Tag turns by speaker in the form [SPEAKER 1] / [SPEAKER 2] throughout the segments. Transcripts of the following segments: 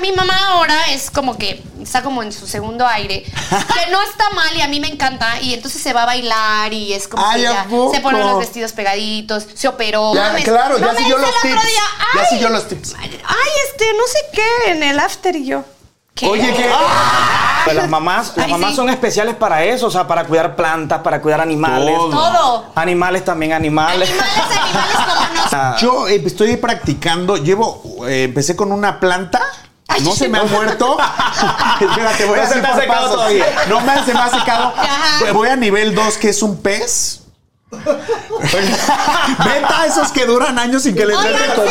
[SPEAKER 1] mi mamá ahora es como que está como en su segundo aire, que no está mal y a mí me encanta y entonces se va a bailar y es como
[SPEAKER 2] Ay,
[SPEAKER 1] que
[SPEAKER 2] ¿a
[SPEAKER 1] ya
[SPEAKER 2] poco?
[SPEAKER 1] se ponen los vestidos pegaditos, se operó.
[SPEAKER 2] Ya,
[SPEAKER 1] Mames,
[SPEAKER 2] claro, ya
[SPEAKER 1] no me
[SPEAKER 2] siguió
[SPEAKER 1] dice
[SPEAKER 2] los
[SPEAKER 1] el otro
[SPEAKER 2] tips.
[SPEAKER 1] día,
[SPEAKER 2] Ya
[SPEAKER 1] "Ay,
[SPEAKER 2] siguió los tips.
[SPEAKER 1] Ay, este, no sé qué, en el after y yo. ¿qué? Ah,
[SPEAKER 2] Oye, que.
[SPEAKER 3] Pues las mamás, las
[SPEAKER 1] Ay,
[SPEAKER 3] mamás
[SPEAKER 1] sí.
[SPEAKER 3] son especiales para eso, o sea, para cuidar plantas, para cuidar animales.
[SPEAKER 2] Todo.
[SPEAKER 1] Todo.
[SPEAKER 3] Animales también, animales.
[SPEAKER 1] Animales, animales como nosotros.
[SPEAKER 3] Ah,
[SPEAKER 2] Yo eh, estoy practicando, llevo, eh, empecé con una planta.
[SPEAKER 1] Ay,
[SPEAKER 2] No se me ha
[SPEAKER 1] no.
[SPEAKER 2] muerto. Espérate, voy
[SPEAKER 3] No
[SPEAKER 2] a
[SPEAKER 3] se
[SPEAKER 2] hacer
[SPEAKER 3] te ha
[SPEAKER 2] por
[SPEAKER 3] secado
[SPEAKER 2] pasos.
[SPEAKER 3] todavía.
[SPEAKER 2] No me, se me ha secado.
[SPEAKER 1] Ajá.
[SPEAKER 2] Voy a nivel 2, que es un pez. Venta esos que duran años sin que les den de
[SPEAKER 1] Oigan,
[SPEAKER 2] comer.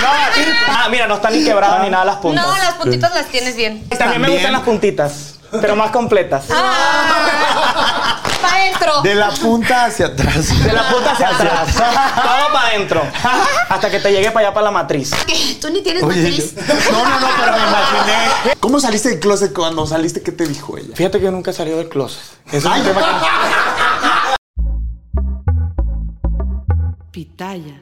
[SPEAKER 3] no, aquí- ah, mira, no están ni quebradas ni nada las
[SPEAKER 1] sí.
[SPEAKER 3] puntas.
[SPEAKER 1] No,
[SPEAKER 2] pues,
[SPEAKER 1] las puntitas
[SPEAKER 2] eh.
[SPEAKER 1] las tienes bien.
[SPEAKER 3] también, me
[SPEAKER 2] también.
[SPEAKER 3] gustan las puntitas, pero más completas.
[SPEAKER 1] Ah, pa' adentro.
[SPEAKER 2] De la punta hacia atrás.
[SPEAKER 3] De la punta hacia atrás. Todo para adentro. Hasta que te llegue para allá para la matriz.
[SPEAKER 1] ¿Qué? Tú ni tienes
[SPEAKER 2] Oye,
[SPEAKER 1] matriz.
[SPEAKER 2] no, no, no, pero me imaginé. ¿Cómo saliste del closet cuando saliste? ¿Qué te dijo ella?
[SPEAKER 3] Fíjate que yo nunca he salido del closet. Eso es
[SPEAKER 2] Ay.
[SPEAKER 3] un tema que-
[SPEAKER 4] Pitaya.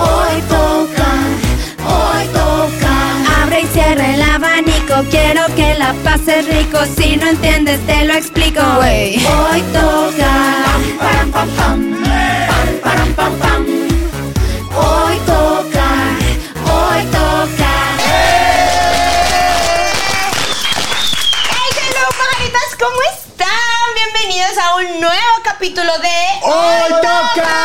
[SPEAKER 5] Hoy toca, hoy toca.
[SPEAKER 6] Abre y cierra el abanico, quiero que la pases rico. Si no entiendes, te lo explico. Hoy toca.
[SPEAKER 5] Param, pam, pam. Pam, param, pam, pam. Hoy toca, hoy toca.
[SPEAKER 1] ¡Hey, hello, pajaritas! ¿Cómo están? Bienvenidos a un nuevo capítulo de...
[SPEAKER 2] ¡Hoy toca!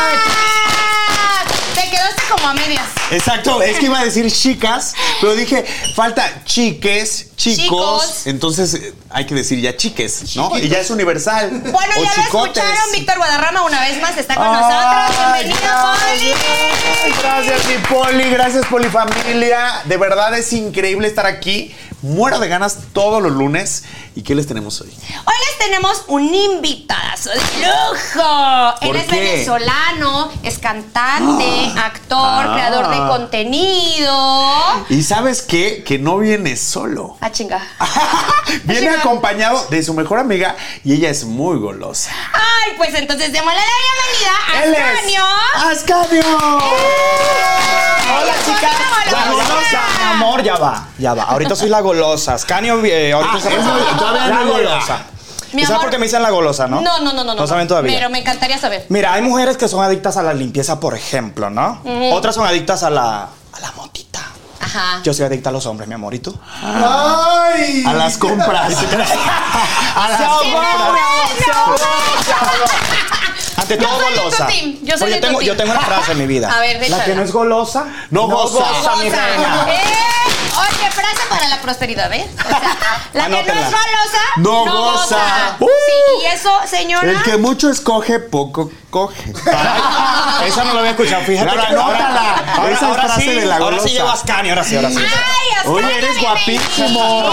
[SPEAKER 1] Te quedaste como a medias.
[SPEAKER 2] Exacto, es que iba a decir chicas, pero dije, falta chiques, chicos,
[SPEAKER 1] Chicos.
[SPEAKER 2] entonces eh, hay que decir ya chiques, ¿no? Y ya es universal.
[SPEAKER 1] Bueno,
[SPEAKER 2] O
[SPEAKER 1] ya lo
[SPEAKER 2] chicotes.
[SPEAKER 1] escucharon. Víctor Guadarrama una vez más está con nosotros.
[SPEAKER 2] Ay,
[SPEAKER 1] Bienvenido, Poli.
[SPEAKER 2] gracias, Gracias, mi Poli, gracias, Poli familia. De verdad es increíble estar aquí. Muero de ganas todos los lunes. ¿Y qué les tenemos hoy?
[SPEAKER 1] Hoy les tenemos un invitadazo de lujo.
[SPEAKER 2] ¿Por
[SPEAKER 1] Él es
[SPEAKER 2] qué?
[SPEAKER 1] venezolano, es cantante, actor,
[SPEAKER 2] Ah.
[SPEAKER 1] creador de contenido.
[SPEAKER 2] Y sabes qué? Que no viene solo.
[SPEAKER 1] Ah, chinga.
[SPEAKER 2] Viene
[SPEAKER 1] Llega.
[SPEAKER 2] acompañado de su mejor amiga y ella es muy golosa.
[SPEAKER 1] Ay, pues entonces démosle la
[SPEAKER 2] Él
[SPEAKER 1] bienvenida
[SPEAKER 2] es Ah.
[SPEAKER 1] a Antonio.
[SPEAKER 2] ¡Ascanio!
[SPEAKER 1] ¡Eh! Hola,
[SPEAKER 2] chicas.
[SPEAKER 3] La golosa, mi
[SPEAKER 1] Ah.
[SPEAKER 3] amor, ya va, ya va. Ahorita soy la golosa. Escanio, eh, ahorita
[SPEAKER 2] Ah,
[SPEAKER 3] se
[SPEAKER 2] eso todavía
[SPEAKER 3] La
[SPEAKER 2] no llega.
[SPEAKER 3] golosa.
[SPEAKER 1] Mi
[SPEAKER 3] ¿Y sabes
[SPEAKER 1] amor-
[SPEAKER 3] por qué me dicen la golosa, no?
[SPEAKER 1] No, no, no, no,
[SPEAKER 3] No saben todavía.
[SPEAKER 1] Pero me encantaría saber.
[SPEAKER 3] Mira, hay mujeres que son adictas a la limpieza, por ejemplo, ¿no? Otras son adictas a la, a la motita.
[SPEAKER 1] Ajá.
[SPEAKER 3] Yo soy adicta a los hombres, mi amor, ¿y tú?
[SPEAKER 2] ¡Ay! A las compras. a las
[SPEAKER 1] Sí, no, no, no.
[SPEAKER 3] Ante
[SPEAKER 1] Yo
[SPEAKER 3] todo
[SPEAKER 1] soy de tu
[SPEAKER 3] golosa.
[SPEAKER 1] team, yo soy
[SPEAKER 3] Porque
[SPEAKER 1] de tu
[SPEAKER 3] tengo,
[SPEAKER 1] team.
[SPEAKER 3] yo tengo una frase en mi vida.
[SPEAKER 1] A ver,
[SPEAKER 3] La
[SPEAKER 1] déjala.
[SPEAKER 3] que no es golosa,
[SPEAKER 2] No goza.
[SPEAKER 3] mi
[SPEAKER 1] Goza.
[SPEAKER 3] reina.
[SPEAKER 1] Eh, Oye, frase para la prosperidad, ¿eh? O sea, la que no
[SPEAKER 3] Anótenla.
[SPEAKER 1] es golosa,
[SPEAKER 2] No goza. Uh.
[SPEAKER 1] Sí, y eso, señora.
[SPEAKER 2] El que mucho escoge, poco coge.
[SPEAKER 3] Ay, Esa no la había escuchado, fíjate.
[SPEAKER 2] Ahora,
[SPEAKER 3] que-
[SPEAKER 2] anótala.
[SPEAKER 3] ahora-
[SPEAKER 2] Esa es
[SPEAKER 3] ahora
[SPEAKER 2] frase
[SPEAKER 3] sí,
[SPEAKER 2] de la
[SPEAKER 3] Ahora sí
[SPEAKER 2] golosa.
[SPEAKER 3] llevas cani, ahora sí, ahora sí.
[SPEAKER 1] Ay, Astrid,
[SPEAKER 2] Oye, eres
[SPEAKER 1] bienvenida.
[SPEAKER 2] guapísimo.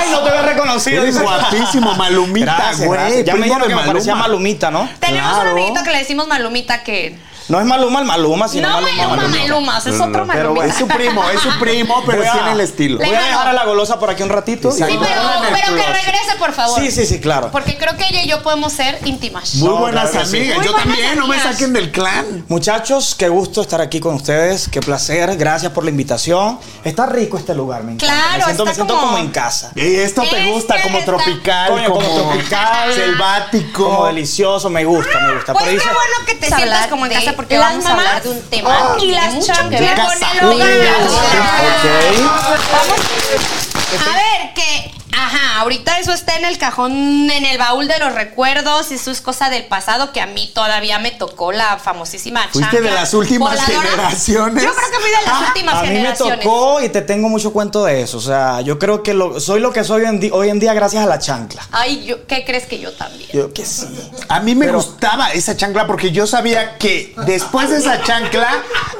[SPEAKER 3] Ay, no te había reconocido.
[SPEAKER 2] Eres
[SPEAKER 3] dice.
[SPEAKER 2] guapísimo, malumita,
[SPEAKER 3] Gracias,
[SPEAKER 2] güey.
[SPEAKER 3] gracias. Ya me
[SPEAKER 2] primo
[SPEAKER 3] dijeron que
[SPEAKER 2] de
[SPEAKER 3] me parecía
[SPEAKER 2] Maluma.
[SPEAKER 3] malumita, ¿no?
[SPEAKER 1] Tenemos
[SPEAKER 2] Claro.
[SPEAKER 1] un amiguito que le decimos Malumita que
[SPEAKER 3] No es Maluma el Maluma, sino
[SPEAKER 1] No,
[SPEAKER 3] Maluma,
[SPEAKER 1] Maluma,
[SPEAKER 3] Maluma.
[SPEAKER 1] Maluma, es otro
[SPEAKER 2] Pero
[SPEAKER 1] Maluma.
[SPEAKER 2] es su primo, es su primo, pero
[SPEAKER 3] Voy a-
[SPEAKER 2] tiene el estilo.
[SPEAKER 3] Voy a dejar a la golosa por aquí un ratito.
[SPEAKER 1] Sí, pero, pero que regrese, por favor.
[SPEAKER 3] Sí, sí, sí, claro.
[SPEAKER 1] Porque creo que ella y yo podemos ser íntimas.
[SPEAKER 2] Muy
[SPEAKER 3] No,
[SPEAKER 2] buenas
[SPEAKER 3] claro que sí.
[SPEAKER 2] amigas.
[SPEAKER 1] Muy
[SPEAKER 2] Yo
[SPEAKER 1] buenas
[SPEAKER 2] también, no me
[SPEAKER 1] amigas.
[SPEAKER 2] saquen del clan.
[SPEAKER 3] Muchachos, qué gusto estar aquí con ustedes, qué placer, gracias por la invitación. Está rico este lugar, me encanta.
[SPEAKER 1] Claro,
[SPEAKER 3] me siento, me
[SPEAKER 1] está
[SPEAKER 3] siento
[SPEAKER 1] como-
[SPEAKER 3] como... en casa.
[SPEAKER 2] Ey, esto te
[SPEAKER 1] Este
[SPEAKER 2] gusta, como
[SPEAKER 1] está-
[SPEAKER 2] tropical,
[SPEAKER 3] Coño,
[SPEAKER 2] como,
[SPEAKER 3] como tropical.
[SPEAKER 2] selvático.
[SPEAKER 3] Como delicioso, me gusta, me gusta.
[SPEAKER 1] Pues
[SPEAKER 3] Pero
[SPEAKER 1] qué
[SPEAKER 3] dice-
[SPEAKER 1] bueno que te
[SPEAKER 4] Vamos a
[SPEAKER 1] sientas
[SPEAKER 4] hablar
[SPEAKER 1] como en
[SPEAKER 4] de
[SPEAKER 1] casa porque
[SPEAKER 4] las
[SPEAKER 1] vamos a
[SPEAKER 4] mamás.
[SPEAKER 1] hablar de un tema.
[SPEAKER 4] Ah,
[SPEAKER 1] y las
[SPEAKER 4] mucho
[SPEAKER 1] champions
[SPEAKER 4] que ver.
[SPEAKER 1] con el
[SPEAKER 4] Casa.
[SPEAKER 1] hogar.
[SPEAKER 3] Ok.
[SPEAKER 1] A ver, que, ajá, ahorita eso está en el cajón, en el baúl de los recuerdos, y eso es cosa del pasado que a mí todavía me tocó la famosísima
[SPEAKER 2] Fuiste
[SPEAKER 1] Champions
[SPEAKER 2] de las últimas
[SPEAKER 1] voladora.
[SPEAKER 2] generaciones.
[SPEAKER 1] Yo creo que fui de las últimas
[SPEAKER 3] Ah, A mí me
[SPEAKER 1] generaciones.
[SPEAKER 3] tocó y te tengo mucho cuento de eso. O sea, yo creo que lo- soy lo que soy hoy en, di- hoy en día gracias a la chancla.
[SPEAKER 1] Ay, yo, ¿qué crees que yo también?
[SPEAKER 3] Yo que sí.
[SPEAKER 2] A mí me
[SPEAKER 3] Pero-
[SPEAKER 2] gustaba esa chancla porque yo sabía que después de esa chancla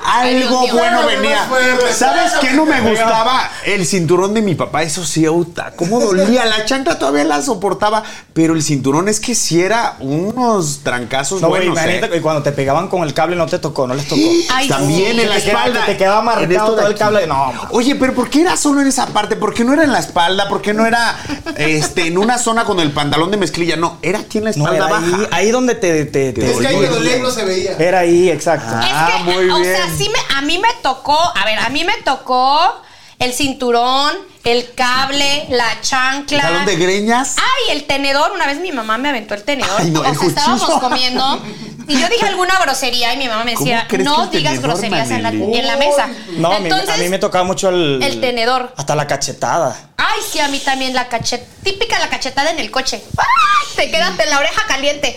[SPEAKER 1] Ay, Dios
[SPEAKER 2] algo
[SPEAKER 1] mío.
[SPEAKER 2] bueno venía. ¿Sabes qué no me gustaba? El cinturón de mi papá, eso sí, auta. ¿Cómo dolía? La chancla todavía la soportaba, pero el cinturón es que si era unos trancazos
[SPEAKER 3] No, güey,
[SPEAKER 2] buenos.
[SPEAKER 3] imagínate
[SPEAKER 2] ¿eh?
[SPEAKER 3] que cuando te pegaban con el cable no te tocó, no les tocó.
[SPEAKER 1] Ay,
[SPEAKER 2] También
[SPEAKER 1] sí.
[SPEAKER 2] en la
[SPEAKER 3] Que te queda-
[SPEAKER 2] espalda.
[SPEAKER 3] que te queda
[SPEAKER 2] En
[SPEAKER 3] marcado
[SPEAKER 2] esto de
[SPEAKER 3] todo el
[SPEAKER 2] aquí.
[SPEAKER 3] cable. No, ma.
[SPEAKER 2] Oye, pero ¿por qué era solo en esa parte? ¿Por qué no era en la espalda? ¿Por qué no era este, en una zona con el pantalón de mezclilla? No, era aquí en
[SPEAKER 1] Pues
[SPEAKER 2] la
[SPEAKER 3] No,
[SPEAKER 2] espalda
[SPEAKER 3] era
[SPEAKER 2] baja.
[SPEAKER 3] ahí, ahí donde te, te, te-
[SPEAKER 2] Es que ahí te dolía
[SPEAKER 7] y no se veía.
[SPEAKER 3] Era ahí, exacto.
[SPEAKER 1] Es
[SPEAKER 2] Ah,
[SPEAKER 1] que,
[SPEAKER 2] muy
[SPEAKER 1] o sea,
[SPEAKER 2] bien.
[SPEAKER 1] sí me, a mí me tocó, a ver, a mí me tocó el cinturón, el cable, la chancla.
[SPEAKER 2] Pantalón de greñas.
[SPEAKER 1] Ay, el tenedor. Una vez mi mamá me aventó el tenedor.
[SPEAKER 2] Ay, no,
[SPEAKER 1] o
[SPEAKER 2] el
[SPEAKER 1] sea, estábamos
[SPEAKER 2] cuchillo.
[SPEAKER 1] comiendo y yo dije alguna grosería y mi mamá me
[SPEAKER 2] ¿Cómo
[SPEAKER 1] decía,
[SPEAKER 2] crees
[SPEAKER 1] no
[SPEAKER 2] que el
[SPEAKER 1] digas
[SPEAKER 2] tenedor,
[SPEAKER 1] groserías en la,
[SPEAKER 2] Maneli?
[SPEAKER 1] en la mesa.
[SPEAKER 3] No, a mí,
[SPEAKER 1] Entonces,
[SPEAKER 3] a mí me tocaba mucho el...
[SPEAKER 1] el tenedor.
[SPEAKER 3] Hasta la cachetada.
[SPEAKER 1] Ay, sí, a mí también la cachet, típica la cachetada en el coche. Ay, te quedas en la oreja caliente.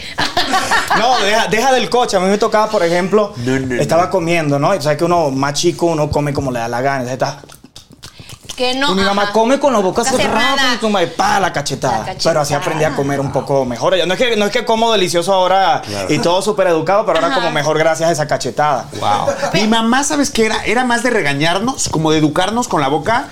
[SPEAKER 3] No, deja, deja del coche. A mí me tocaba, por ejemplo,
[SPEAKER 2] No, no, no.
[SPEAKER 3] estaba comiendo, ¿no? Y sabes que uno más chico, uno come como le da la gana. Está,
[SPEAKER 1] que no.
[SPEAKER 3] y Pues mi mamá
[SPEAKER 1] ajá.
[SPEAKER 3] come con los boca
[SPEAKER 1] Boca
[SPEAKER 3] cerrada,
[SPEAKER 1] cerrada.
[SPEAKER 3] y tu madre, pa, la cachetada.
[SPEAKER 1] La cachetada.
[SPEAKER 3] Pero así aprendí a comer un poco mejor. Yo No es que, no es que como delicioso ahora y todo súper educado, pero ahora
[SPEAKER 1] Ajá.
[SPEAKER 3] como mejor gracias a esa cachetada.
[SPEAKER 2] Wow. Mi mamá, ¿sabes qué era? Era más de regañarnos, como de educarnos con la boca.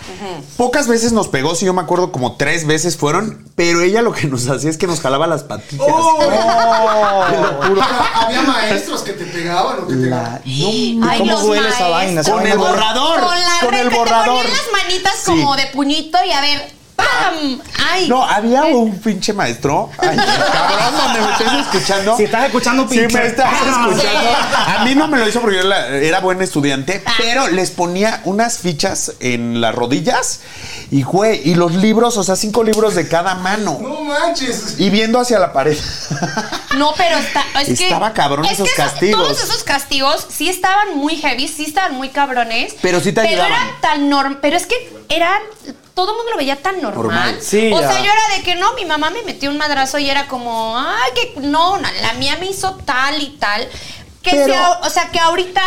[SPEAKER 2] Pocas veces nos pegó, si yo me acuerdo, como tres veces fueron, pero ella lo que nos hacía es que nos jalaba las patillas.
[SPEAKER 1] Oh.
[SPEAKER 7] Había maestros que te pegaban o que te
[SPEAKER 3] ¿Y
[SPEAKER 1] Ay,
[SPEAKER 3] cómo
[SPEAKER 1] los
[SPEAKER 3] duele esa
[SPEAKER 1] maestros.
[SPEAKER 3] vaina? Esa
[SPEAKER 2] Con
[SPEAKER 3] vaina
[SPEAKER 2] el
[SPEAKER 3] duele.
[SPEAKER 2] borrador.
[SPEAKER 1] Con, la
[SPEAKER 2] Con
[SPEAKER 1] re-
[SPEAKER 2] el
[SPEAKER 1] que
[SPEAKER 2] borrador.
[SPEAKER 1] Te ponían las manitas como
[SPEAKER 2] Sí.
[SPEAKER 1] de puñito y a ver, ¡pam! ¡Ay!
[SPEAKER 2] No, ah, había
[SPEAKER 1] Eh.
[SPEAKER 2] un pinche maestro. Ay, cabrón, donde me estés escuchando.
[SPEAKER 3] Si estás escuchando,
[SPEAKER 2] Sí,
[SPEAKER 3] pinche-
[SPEAKER 2] me estás
[SPEAKER 3] Ah,
[SPEAKER 2] escuchando. A mí no me lo hizo porque yo la- era buen estudiante,
[SPEAKER 1] Ah.
[SPEAKER 2] pero les ponía unas fichas en las rodillas y, güey, y los libros, o sea, cinco libros de cada mano.
[SPEAKER 7] No manches.
[SPEAKER 2] Y viendo hacia la pared.
[SPEAKER 1] No, pero está, es que-
[SPEAKER 2] Estaba cabrón
[SPEAKER 1] es
[SPEAKER 2] esos
[SPEAKER 1] que
[SPEAKER 2] castigos.
[SPEAKER 1] Todos esos castigos sí estaban muy heavy, sí estaban muy cabrones.
[SPEAKER 2] Pero sí te ayudaban.
[SPEAKER 1] Pero eran tan norm, pero es que eran todo el mundo lo veía tan normal.
[SPEAKER 2] Normal.
[SPEAKER 3] Sí,
[SPEAKER 1] o
[SPEAKER 3] ya.
[SPEAKER 1] sea, yo era de que no, mi mamá me metió un madrazo y era como, ay, que no, na- la mía me hizo tal y tal. Que
[SPEAKER 2] Pero-
[SPEAKER 1] sea- o sea, que ahorita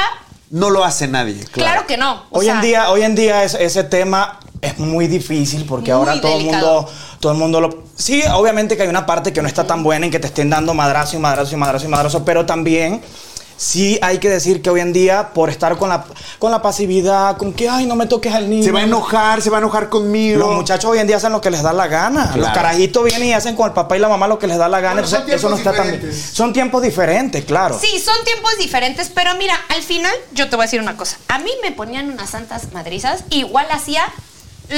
[SPEAKER 2] No lo hace nadie.
[SPEAKER 1] claro, que no. o
[SPEAKER 3] Hoy en
[SPEAKER 1] sea,
[SPEAKER 3] día, hoy en día es- ese tema es muy difícil porque
[SPEAKER 1] Muy
[SPEAKER 3] ahora todo el
[SPEAKER 1] delicado.
[SPEAKER 3] mundo, todo el mundo lo. Sí, obviamente que hay una parte que no está tan buena en que te estén dando madrazo y madrazo y madrazo y madrazo, pero también sí hay que decir que hoy en día por estar con la con la pasividad, con que ay no me toques al niño.
[SPEAKER 2] Se va a enojar, se va a enojar conmigo.
[SPEAKER 3] Los muchachos hoy en día hacen lo que les da la gana. Los
[SPEAKER 2] Claro.
[SPEAKER 3] carajitos vienen y hacen con el papá y la mamá lo que les da la gana.
[SPEAKER 7] Bueno, son
[SPEAKER 3] Entonces, eso no
[SPEAKER 7] tiempos
[SPEAKER 3] está tan bien.
[SPEAKER 7] diferentes.
[SPEAKER 3] Son tiempos diferentes, claro.
[SPEAKER 1] Sí, son tiempos diferentes, pero mira, al final yo te voy a decir una cosa. A mí me ponían unas santas madrizas, igual hacía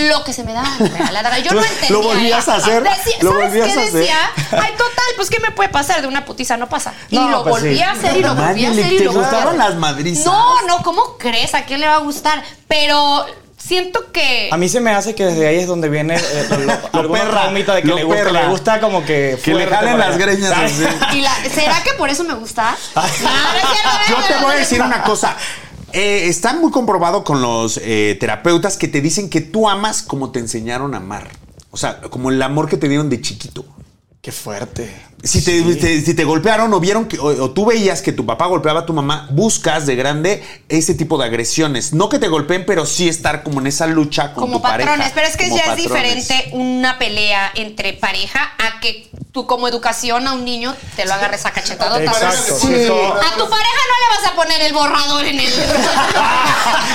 [SPEAKER 1] lo que se me daba la gana. Yo no
[SPEAKER 2] Lo-
[SPEAKER 1] entendía.
[SPEAKER 2] lo volvías
[SPEAKER 1] ¿eh?
[SPEAKER 2] a hacer,
[SPEAKER 1] Decía-
[SPEAKER 2] lo
[SPEAKER 1] ¿Sabes
[SPEAKER 2] volvías
[SPEAKER 1] qué
[SPEAKER 2] a hacer.
[SPEAKER 1] decía? Ay, total, pues ¿qué me puede pasar? De una putiza no pasa. Y
[SPEAKER 3] No,
[SPEAKER 1] lo
[SPEAKER 3] pues, sí.
[SPEAKER 1] volví a hacer y lo volví a
[SPEAKER 2] Maneli,
[SPEAKER 1] hacer y
[SPEAKER 2] ¿te
[SPEAKER 1] lo volví a hacer.
[SPEAKER 2] gustaban las madrizas?
[SPEAKER 1] No, no, ¿cómo crees? ¿A quién le va a gustar? Pero siento que...
[SPEAKER 3] A mí se me hace que desde ahí es donde viene eh, lo, lo- alguna
[SPEAKER 2] perra,
[SPEAKER 3] traumita de que
[SPEAKER 2] lo
[SPEAKER 3] le gusta,
[SPEAKER 2] perra.
[SPEAKER 3] le gusta como que
[SPEAKER 2] Que le
[SPEAKER 3] fuerte
[SPEAKER 2] jalen
[SPEAKER 3] para
[SPEAKER 2] las
[SPEAKER 3] allá.
[SPEAKER 2] greñas
[SPEAKER 3] Ay,
[SPEAKER 2] así.
[SPEAKER 1] y la- ¿Será que por eso me gusta? No, no es cierto,
[SPEAKER 2] Yo
[SPEAKER 1] no, no,
[SPEAKER 2] te
[SPEAKER 1] no,
[SPEAKER 2] voy a
[SPEAKER 1] no.
[SPEAKER 2] decir una cosa. Eh, está muy comprobado con los eh, terapeutas que te dicen que tú amas como te enseñaron a amar. O sea, como el amor que te dieron de chiquito.
[SPEAKER 3] Qué fuerte.
[SPEAKER 2] Si te, te- si te golpearon o vieron que, o, o tú veías que tu papá golpeaba a tu mamá, buscas de grande ese tipo de agresiones. No que te golpeen, pero sí estar como en esa lucha con
[SPEAKER 1] como
[SPEAKER 2] tu pareja.
[SPEAKER 1] patrones, pero es que
[SPEAKER 2] Como
[SPEAKER 1] ya
[SPEAKER 2] patrones.
[SPEAKER 1] es diferente una pelea entre pareja a que tú como educación a un niño te lo agarres a cachetado.
[SPEAKER 3] Exacto.
[SPEAKER 7] Sí.
[SPEAKER 1] A tu pareja no le vas a poner el borrador en el...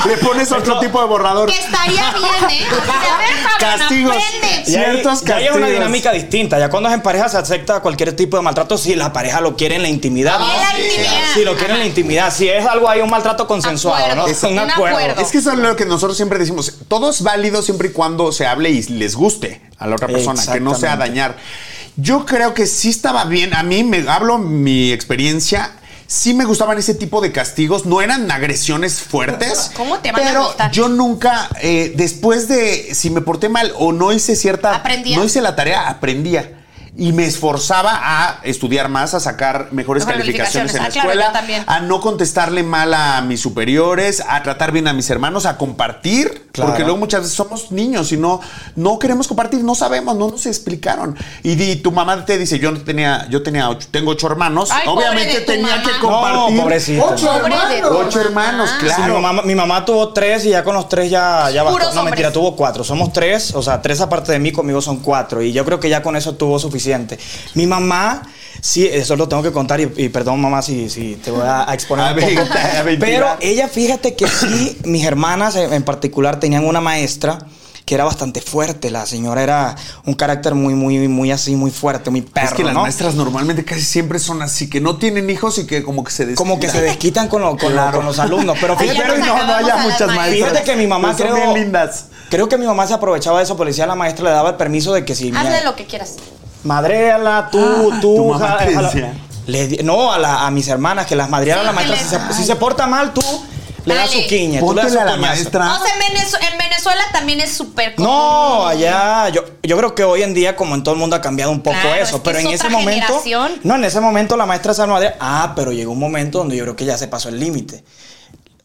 [SPEAKER 2] Le pones otro tipo de borrador.
[SPEAKER 1] que estaría bien, ¿eh? O sea, a ver, cabrón,
[SPEAKER 2] Castigos.
[SPEAKER 1] aprende.
[SPEAKER 3] Y ahí-
[SPEAKER 2] Ciertos
[SPEAKER 3] y ahí es una
[SPEAKER 2] castigos.
[SPEAKER 3] dinámica distinta. Ya cuando es en pareja se acepta cualquier tipo de maltrato si la pareja lo quiere en la intimidad.
[SPEAKER 1] En la intimidad.
[SPEAKER 3] Si lo quiere en la intimidad. Si es algo, hay un maltrato consensuado, ¿no?
[SPEAKER 1] Acuerdo. Un acuerdo.
[SPEAKER 2] Es que eso es lo que nosotros siempre decimos. Todo es válido siempre y cuando se hable y les guste a la otra persona, que no sea
[SPEAKER 3] Exactamente.
[SPEAKER 2] dañar. Yo creo que sí estaba bien. A mí me hablo mi experiencia. Sí me gustaban ese tipo de castigos, no eran agresiones fuertes.
[SPEAKER 1] ¿Cómo te van a
[SPEAKER 2] pero
[SPEAKER 1] gustar?
[SPEAKER 2] Yo nunca, eh, después de si me porté mal o no hice cierta,
[SPEAKER 1] Aprendía.
[SPEAKER 2] no hice la tarea, aprendía y me esforzaba a estudiar más, a sacar
[SPEAKER 1] Mejores
[SPEAKER 2] mejores calificaciones, en la
[SPEAKER 1] calificaciones. Ah, claro,
[SPEAKER 2] escuela,
[SPEAKER 1] yo también.
[SPEAKER 2] a no contestarle mal a mis superiores, a tratar bien a mis hermanos, a compartir,
[SPEAKER 3] Claro.
[SPEAKER 2] porque luego muchas veces somos niños y no, no queremos compartir, no sabemos, no nos explicaron. Y, di- tu mamá te dice, yo no tenía, yo tenía ocho, tengo ocho hermanos,
[SPEAKER 1] Ay, pobre
[SPEAKER 2] obviamente
[SPEAKER 1] de tu
[SPEAKER 2] tenía
[SPEAKER 1] mamá.
[SPEAKER 2] que
[SPEAKER 3] No,
[SPEAKER 2] compartir.
[SPEAKER 3] pobrecito.
[SPEAKER 7] Ocho
[SPEAKER 1] Pobre de
[SPEAKER 7] hermanos.
[SPEAKER 1] tu
[SPEAKER 2] Ocho hermanos,
[SPEAKER 1] mamá. Ah.
[SPEAKER 3] Sí, mi,
[SPEAKER 2] claro.
[SPEAKER 3] mamá, mi mamá tuvo tres y ya con los tres ya, ya bastó.
[SPEAKER 1] Puros
[SPEAKER 3] No, mentira,
[SPEAKER 1] hombres.
[SPEAKER 3] tuvo cuatro. Somos tres, o sea, tres aparte de mí, conmigo son cuatro. Y yo creo que ya con eso tuvo suficiente. Mi mamá, sí, eso lo tengo que contar y, y perdón, mamá, si, si te voy a, a exponer.
[SPEAKER 2] A
[SPEAKER 3] un poco.
[SPEAKER 2] ver, a ver,
[SPEAKER 3] Pero
[SPEAKER 2] tira.
[SPEAKER 3] ella, fíjate que sí, mis hermanas en en particular tenían una maestra que era bastante fuerte. La señora era un carácter muy, muy, muy así, muy fuerte, muy perro,
[SPEAKER 2] es que las
[SPEAKER 3] ¿no?
[SPEAKER 2] maestras normalmente casi siempre son así, que no tienen hijos y que como que se
[SPEAKER 3] Como que se
[SPEAKER 2] desquitan.
[SPEAKER 3] desquitan con, lo- con lo-
[SPEAKER 2] Claro.
[SPEAKER 3] con los alumnos. Pero
[SPEAKER 1] Ay, ya
[SPEAKER 3] fíjate,
[SPEAKER 1] nos
[SPEAKER 2] Espero y no, no
[SPEAKER 1] acabamos
[SPEAKER 2] haya
[SPEAKER 1] a las
[SPEAKER 2] muchas
[SPEAKER 1] maestras.
[SPEAKER 2] maestras.
[SPEAKER 3] Fíjate que mi mamá
[SPEAKER 2] Pero
[SPEAKER 3] creo,
[SPEAKER 2] son bien lindas.
[SPEAKER 3] creo que mi mamá se aprovechaba de eso, policía, la maestra le daba el permiso de que si
[SPEAKER 1] Hazle lo que quieras.
[SPEAKER 3] madreala, tú, tú,
[SPEAKER 2] Ah, tu mamá
[SPEAKER 3] ja-
[SPEAKER 2] te
[SPEAKER 3] jala-
[SPEAKER 2] decía.
[SPEAKER 3] le di- no, a, la- a mis hermanas que las madreara
[SPEAKER 1] Sí,
[SPEAKER 3] la
[SPEAKER 1] que le-
[SPEAKER 3] maestra, si se, si se porta mal tú le das
[SPEAKER 1] Dale.
[SPEAKER 3] su quiña, tú le das su
[SPEAKER 2] Póntela a la
[SPEAKER 3] coñazo.
[SPEAKER 2] maestra.
[SPEAKER 1] O sea, en, Venez- en Venezuela también es súper común.
[SPEAKER 3] Ah. No, allá yo, yo creo que hoy en día como en todo el mundo ha cambiado un poco
[SPEAKER 1] Claro, es
[SPEAKER 3] eso,
[SPEAKER 1] que
[SPEAKER 3] pero
[SPEAKER 1] es
[SPEAKER 3] en
[SPEAKER 1] otra
[SPEAKER 3] ese momento
[SPEAKER 1] generación.
[SPEAKER 3] no, en ese momento la maestra San Madre, ah, pero llegó un momento donde yo creo que ya se pasó el límite.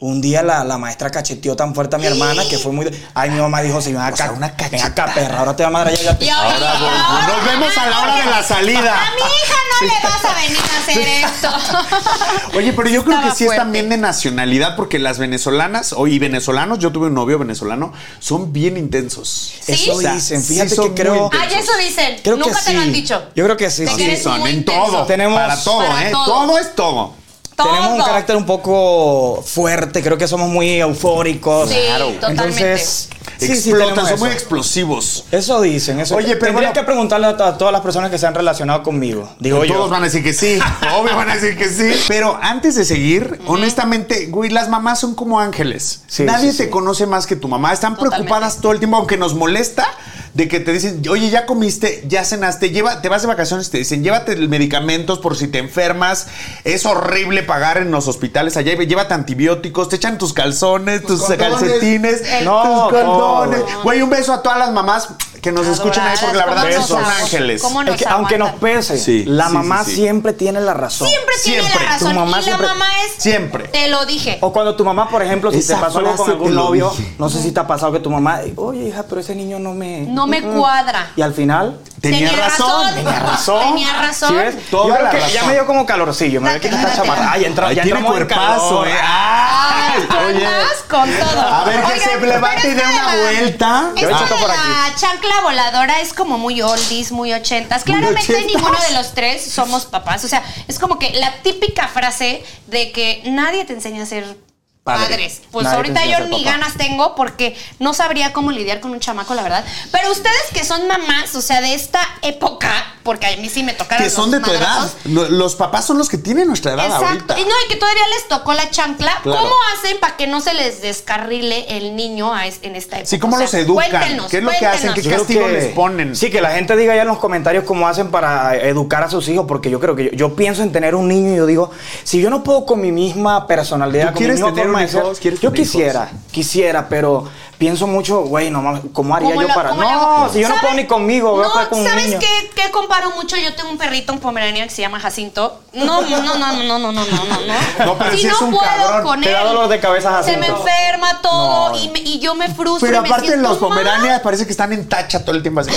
[SPEAKER 3] Un día la, la maestra cacheteó tan fuerte a mi hermana que fue muy. Ay, mi mamá dijo: Si ven acá, una ven acá, perra, ahora te va a madre ya.
[SPEAKER 1] Y ahora, y ahora-
[SPEAKER 2] Nos vemos a la hora de la salida.
[SPEAKER 1] A mi hija no le vas a venir a hacer esto.
[SPEAKER 2] Oye, pero yo creo que
[SPEAKER 1] Estaba
[SPEAKER 2] sí es
[SPEAKER 1] fuerte.
[SPEAKER 2] también de nacionalidad, porque las venezolanas o y venezolanos, yo tuve un novio venezolano, son bien intensos.
[SPEAKER 1] ¿Sí?
[SPEAKER 3] Eso
[SPEAKER 1] O sea,
[SPEAKER 3] dicen,
[SPEAKER 2] sí
[SPEAKER 3] fíjate
[SPEAKER 2] son
[SPEAKER 3] que creo.
[SPEAKER 2] muy
[SPEAKER 1] Ay, eso dicen.
[SPEAKER 3] Creo que
[SPEAKER 1] Nunca te lo
[SPEAKER 3] sí.
[SPEAKER 1] han dicho.
[SPEAKER 3] Yo creo que sí.
[SPEAKER 1] De
[SPEAKER 3] Sí,
[SPEAKER 1] eres
[SPEAKER 2] son
[SPEAKER 1] muy
[SPEAKER 2] en
[SPEAKER 1] intenso.
[SPEAKER 2] todo.
[SPEAKER 3] Tenemos-
[SPEAKER 2] para todo,
[SPEAKER 1] Para
[SPEAKER 2] ¿eh?
[SPEAKER 1] todo.
[SPEAKER 2] Todo. es todo.
[SPEAKER 1] Todo.
[SPEAKER 3] Tenemos un carácter un poco fuerte, creo que somos muy eufóricos.
[SPEAKER 1] Sí, totalmente.
[SPEAKER 3] Entonces, sí, sí,
[SPEAKER 2] Explotan,
[SPEAKER 3] tenemos
[SPEAKER 2] son muy
[SPEAKER 3] eso.
[SPEAKER 2] explosivos.
[SPEAKER 3] Eso dicen, eso.
[SPEAKER 2] Oye, pero
[SPEAKER 3] Tendría
[SPEAKER 2] bueno-
[SPEAKER 3] que preguntarle a, to- a todas las personas que se han relacionado conmigo. Digo yo.
[SPEAKER 2] Todos van a decir que sí. Obvio van a decir que sí. Pero antes de seguir, honestamente, güey, las mamás son como ángeles.
[SPEAKER 3] Sí,
[SPEAKER 2] Nadie
[SPEAKER 3] sí,
[SPEAKER 2] te
[SPEAKER 3] sí.
[SPEAKER 2] conoce más que tu mamá. Están
[SPEAKER 1] Totalmente.
[SPEAKER 2] preocupadas todo el tiempo, aunque nos molesta de que te dicen, oye, ya comiste, ya cenaste, lleva, te vas de vacaciones, te dicen, llévate medicamentos por si te enfermas. Es horrible pagar en los hospitales allá. Llévate antibióticos, te echan tus calzones, tus,
[SPEAKER 7] condones.
[SPEAKER 2] calcetines,
[SPEAKER 1] El-
[SPEAKER 3] No,
[SPEAKER 2] tus condones.
[SPEAKER 3] todo.
[SPEAKER 2] Güey, un beso a todas las mamás que nos escuchan ahí, porque la
[SPEAKER 1] Adoradas,
[SPEAKER 2] verdad
[SPEAKER 1] ¿cómo
[SPEAKER 2] son
[SPEAKER 1] nos amo?
[SPEAKER 2] ángeles.
[SPEAKER 1] ¿Cómo
[SPEAKER 3] Es que aunque nos
[SPEAKER 1] aguantan?
[SPEAKER 3] pese,
[SPEAKER 2] Sí,
[SPEAKER 3] la
[SPEAKER 2] sí,
[SPEAKER 3] mamá
[SPEAKER 2] sí, sí.
[SPEAKER 3] siempre tiene la razón.
[SPEAKER 1] Siempre, tiene
[SPEAKER 2] Siempre.
[SPEAKER 1] la
[SPEAKER 3] Tu
[SPEAKER 1] razón.
[SPEAKER 3] mamá
[SPEAKER 1] y
[SPEAKER 3] siempre-
[SPEAKER 1] la mamá es.
[SPEAKER 2] Siempre.
[SPEAKER 1] Te lo dije.
[SPEAKER 3] O cuando tu mamá, por ejemplo, si
[SPEAKER 2] Esa
[SPEAKER 3] te pasó algo con
[SPEAKER 2] frase
[SPEAKER 3] algún
[SPEAKER 2] te lo
[SPEAKER 3] novio,
[SPEAKER 2] dije.
[SPEAKER 3] no sé si te ha pasado que tu mamá, oye hija, pero ese niño no me...
[SPEAKER 1] No me
[SPEAKER 3] Mm-mm".
[SPEAKER 1] cuadra.
[SPEAKER 3] Y al final...
[SPEAKER 2] Tenía razón.
[SPEAKER 3] Tenía razón.
[SPEAKER 1] Tenía razón.
[SPEAKER 3] ¿Sí ves?
[SPEAKER 2] Toda
[SPEAKER 3] Yo creo
[SPEAKER 2] la
[SPEAKER 3] que ya
[SPEAKER 2] razón.
[SPEAKER 3] me dio como calorcillo. Me voy a quitar esta chamarra. Ay, entra,
[SPEAKER 2] Ay,
[SPEAKER 3] ya
[SPEAKER 2] tiene
[SPEAKER 3] entramos en
[SPEAKER 2] cuerpazo,
[SPEAKER 3] calor.
[SPEAKER 2] eh.
[SPEAKER 1] Ay,
[SPEAKER 2] Ay,
[SPEAKER 1] con
[SPEAKER 2] oye.
[SPEAKER 1] más, con todo.
[SPEAKER 2] A ver, que se
[SPEAKER 1] pero
[SPEAKER 2] levante y
[SPEAKER 1] esta
[SPEAKER 2] dé
[SPEAKER 1] de
[SPEAKER 2] una
[SPEAKER 1] la-
[SPEAKER 2] vuelta.
[SPEAKER 1] esta
[SPEAKER 3] Yo he hecho
[SPEAKER 1] de
[SPEAKER 3] por
[SPEAKER 1] la chancla voladora es como muy oldies, muy ochentas.
[SPEAKER 2] Muy
[SPEAKER 1] Claramente
[SPEAKER 2] ochentas.
[SPEAKER 1] ninguno de los tres somos papás. O sea, es como que la típica frase de que nadie te enseña a ser
[SPEAKER 2] Padre.
[SPEAKER 1] padres. Pues
[SPEAKER 3] Nadie te
[SPEAKER 1] ahorita
[SPEAKER 3] enseña
[SPEAKER 1] yo
[SPEAKER 3] a ser
[SPEAKER 1] ni
[SPEAKER 3] papá.
[SPEAKER 1] ganas tengo porque no sabría cómo lidiar con un chamaco, la verdad. Pero ustedes que son mamás, o sea, de esta época, porque a mí sí me
[SPEAKER 3] Ah,
[SPEAKER 1] tocaron
[SPEAKER 2] Que son de
[SPEAKER 1] los
[SPEAKER 2] tu edad.
[SPEAKER 1] madrazos.
[SPEAKER 2] Lo- Los papás son los que tienen nuestra edad
[SPEAKER 1] Exacto.
[SPEAKER 2] ahorita.
[SPEAKER 1] Y no, y que todavía les tocó la chancla.
[SPEAKER 2] Claro.
[SPEAKER 1] ¿Cómo hacen para que no se les descarrile el niño a es- en esta época?
[SPEAKER 2] Sí, ¿cómo
[SPEAKER 1] O sea,
[SPEAKER 2] los educan?
[SPEAKER 1] cuéntenos,
[SPEAKER 2] ¿Qué es lo que hacen?
[SPEAKER 3] Yo
[SPEAKER 1] cuéntenos.
[SPEAKER 3] creo
[SPEAKER 2] castigo les ponen?
[SPEAKER 3] Sí, que la gente diga ya en los comentarios cómo hacen para educar a sus hijos, porque yo creo que yo, yo pienso en tener un niño y yo digo, si yo no puedo con mi misma personalidad,
[SPEAKER 2] ¿Tú
[SPEAKER 3] con
[SPEAKER 2] quieres
[SPEAKER 3] mi misma
[SPEAKER 2] tener
[SPEAKER 3] forma de
[SPEAKER 2] hijos?
[SPEAKER 3] ser,
[SPEAKER 2] ¿Quieres
[SPEAKER 3] yo
[SPEAKER 2] tener hijos?
[SPEAKER 3] quisiera, quisiera, pero pienso mucho, güey, no mames, ¿cómo haría
[SPEAKER 1] ¿Cómo
[SPEAKER 3] yo
[SPEAKER 1] lo-
[SPEAKER 3] para?
[SPEAKER 1] cómo le hago?
[SPEAKER 3] No, si yo no
[SPEAKER 1] ¿Sabes?
[SPEAKER 3] puedo ni conmigo, voy a
[SPEAKER 1] No,
[SPEAKER 3] poder con un
[SPEAKER 1] ¿sabes
[SPEAKER 3] niño.
[SPEAKER 1] qué, qué comparo mucho? Yo tengo un perrito, un pomerania que se llama Jacinto. No, no, no, no, no, no, no, no, no.
[SPEAKER 2] No, pero
[SPEAKER 1] si
[SPEAKER 2] sí es
[SPEAKER 1] no
[SPEAKER 2] un
[SPEAKER 1] puedo
[SPEAKER 2] cabrón.
[SPEAKER 1] con él.
[SPEAKER 3] Te da dolor de cabeza,
[SPEAKER 1] Se me
[SPEAKER 3] Jacinto.
[SPEAKER 1] enferma todo y, me- y yo me frustro.
[SPEAKER 2] Pero
[SPEAKER 1] y me
[SPEAKER 2] aparte
[SPEAKER 1] siento
[SPEAKER 2] los
[SPEAKER 1] mal.
[SPEAKER 2] pomeranias parece que están en tacha todo el tiempo así. Y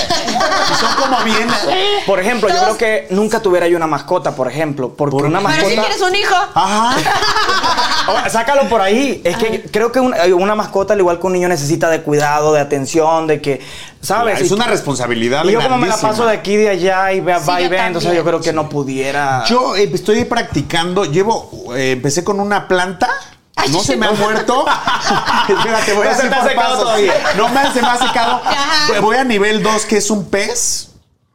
[SPEAKER 2] son como bien. ¿eh?
[SPEAKER 3] Por ejemplo, yo
[SPEAKER 1] Todos-
[SPEAKER 3] creo que nunca tuviera yo una mascota, por ejemplo, porque una mascota...
[SPEAKER 1] Pero si quieres un hijo.
[SPEAKER 2] Ajá.
[SPEAKER 3] Ahora, sácalo por ahí. Es que creo que una, una mascota, al igual que un niño, necesita de cuidado, de atención, de que, ¿sabes?
[SPEAKER 2] Es
[SPEAKER 3] Y-
[SPEAKER 2] una responsabilidad.
[SPEAKER 3] Y yo como me la
[SPEAKER 2] grandísima.
[SPEAKER 3] paso de aquí, de allá, y vea,
[SPEAKER 1] Sí,
[SPEAKER 3] va y
[SPEAKER 1] yo
[SPEAKER 3] ve, entonces
[SPEAKER 1] también.
[SPEAKER 3] yo creo que no pudiera...
[SPEAKER 2] Yo eh, estoy practicando, llevo, eh, empecé con una planta. No se me ha muerto. Espérate, voy
[SPEAKER 3] No
[SPEAKER 2] a
[SPEAKER 3] se
[SPEAKER 2] hacer
[SPEAKER 3] te ha
[SPEAKER 2] por
[SPEAKER 3] secado
[SPEAKER 2] pasos.
[SPEAKER 3] todavía.
[SPEAKER 2] No me, se me ha secado.
[SPEAKER 1] Ajá.
[SPEAKER 2] Voy a nivel 2, que es un pez.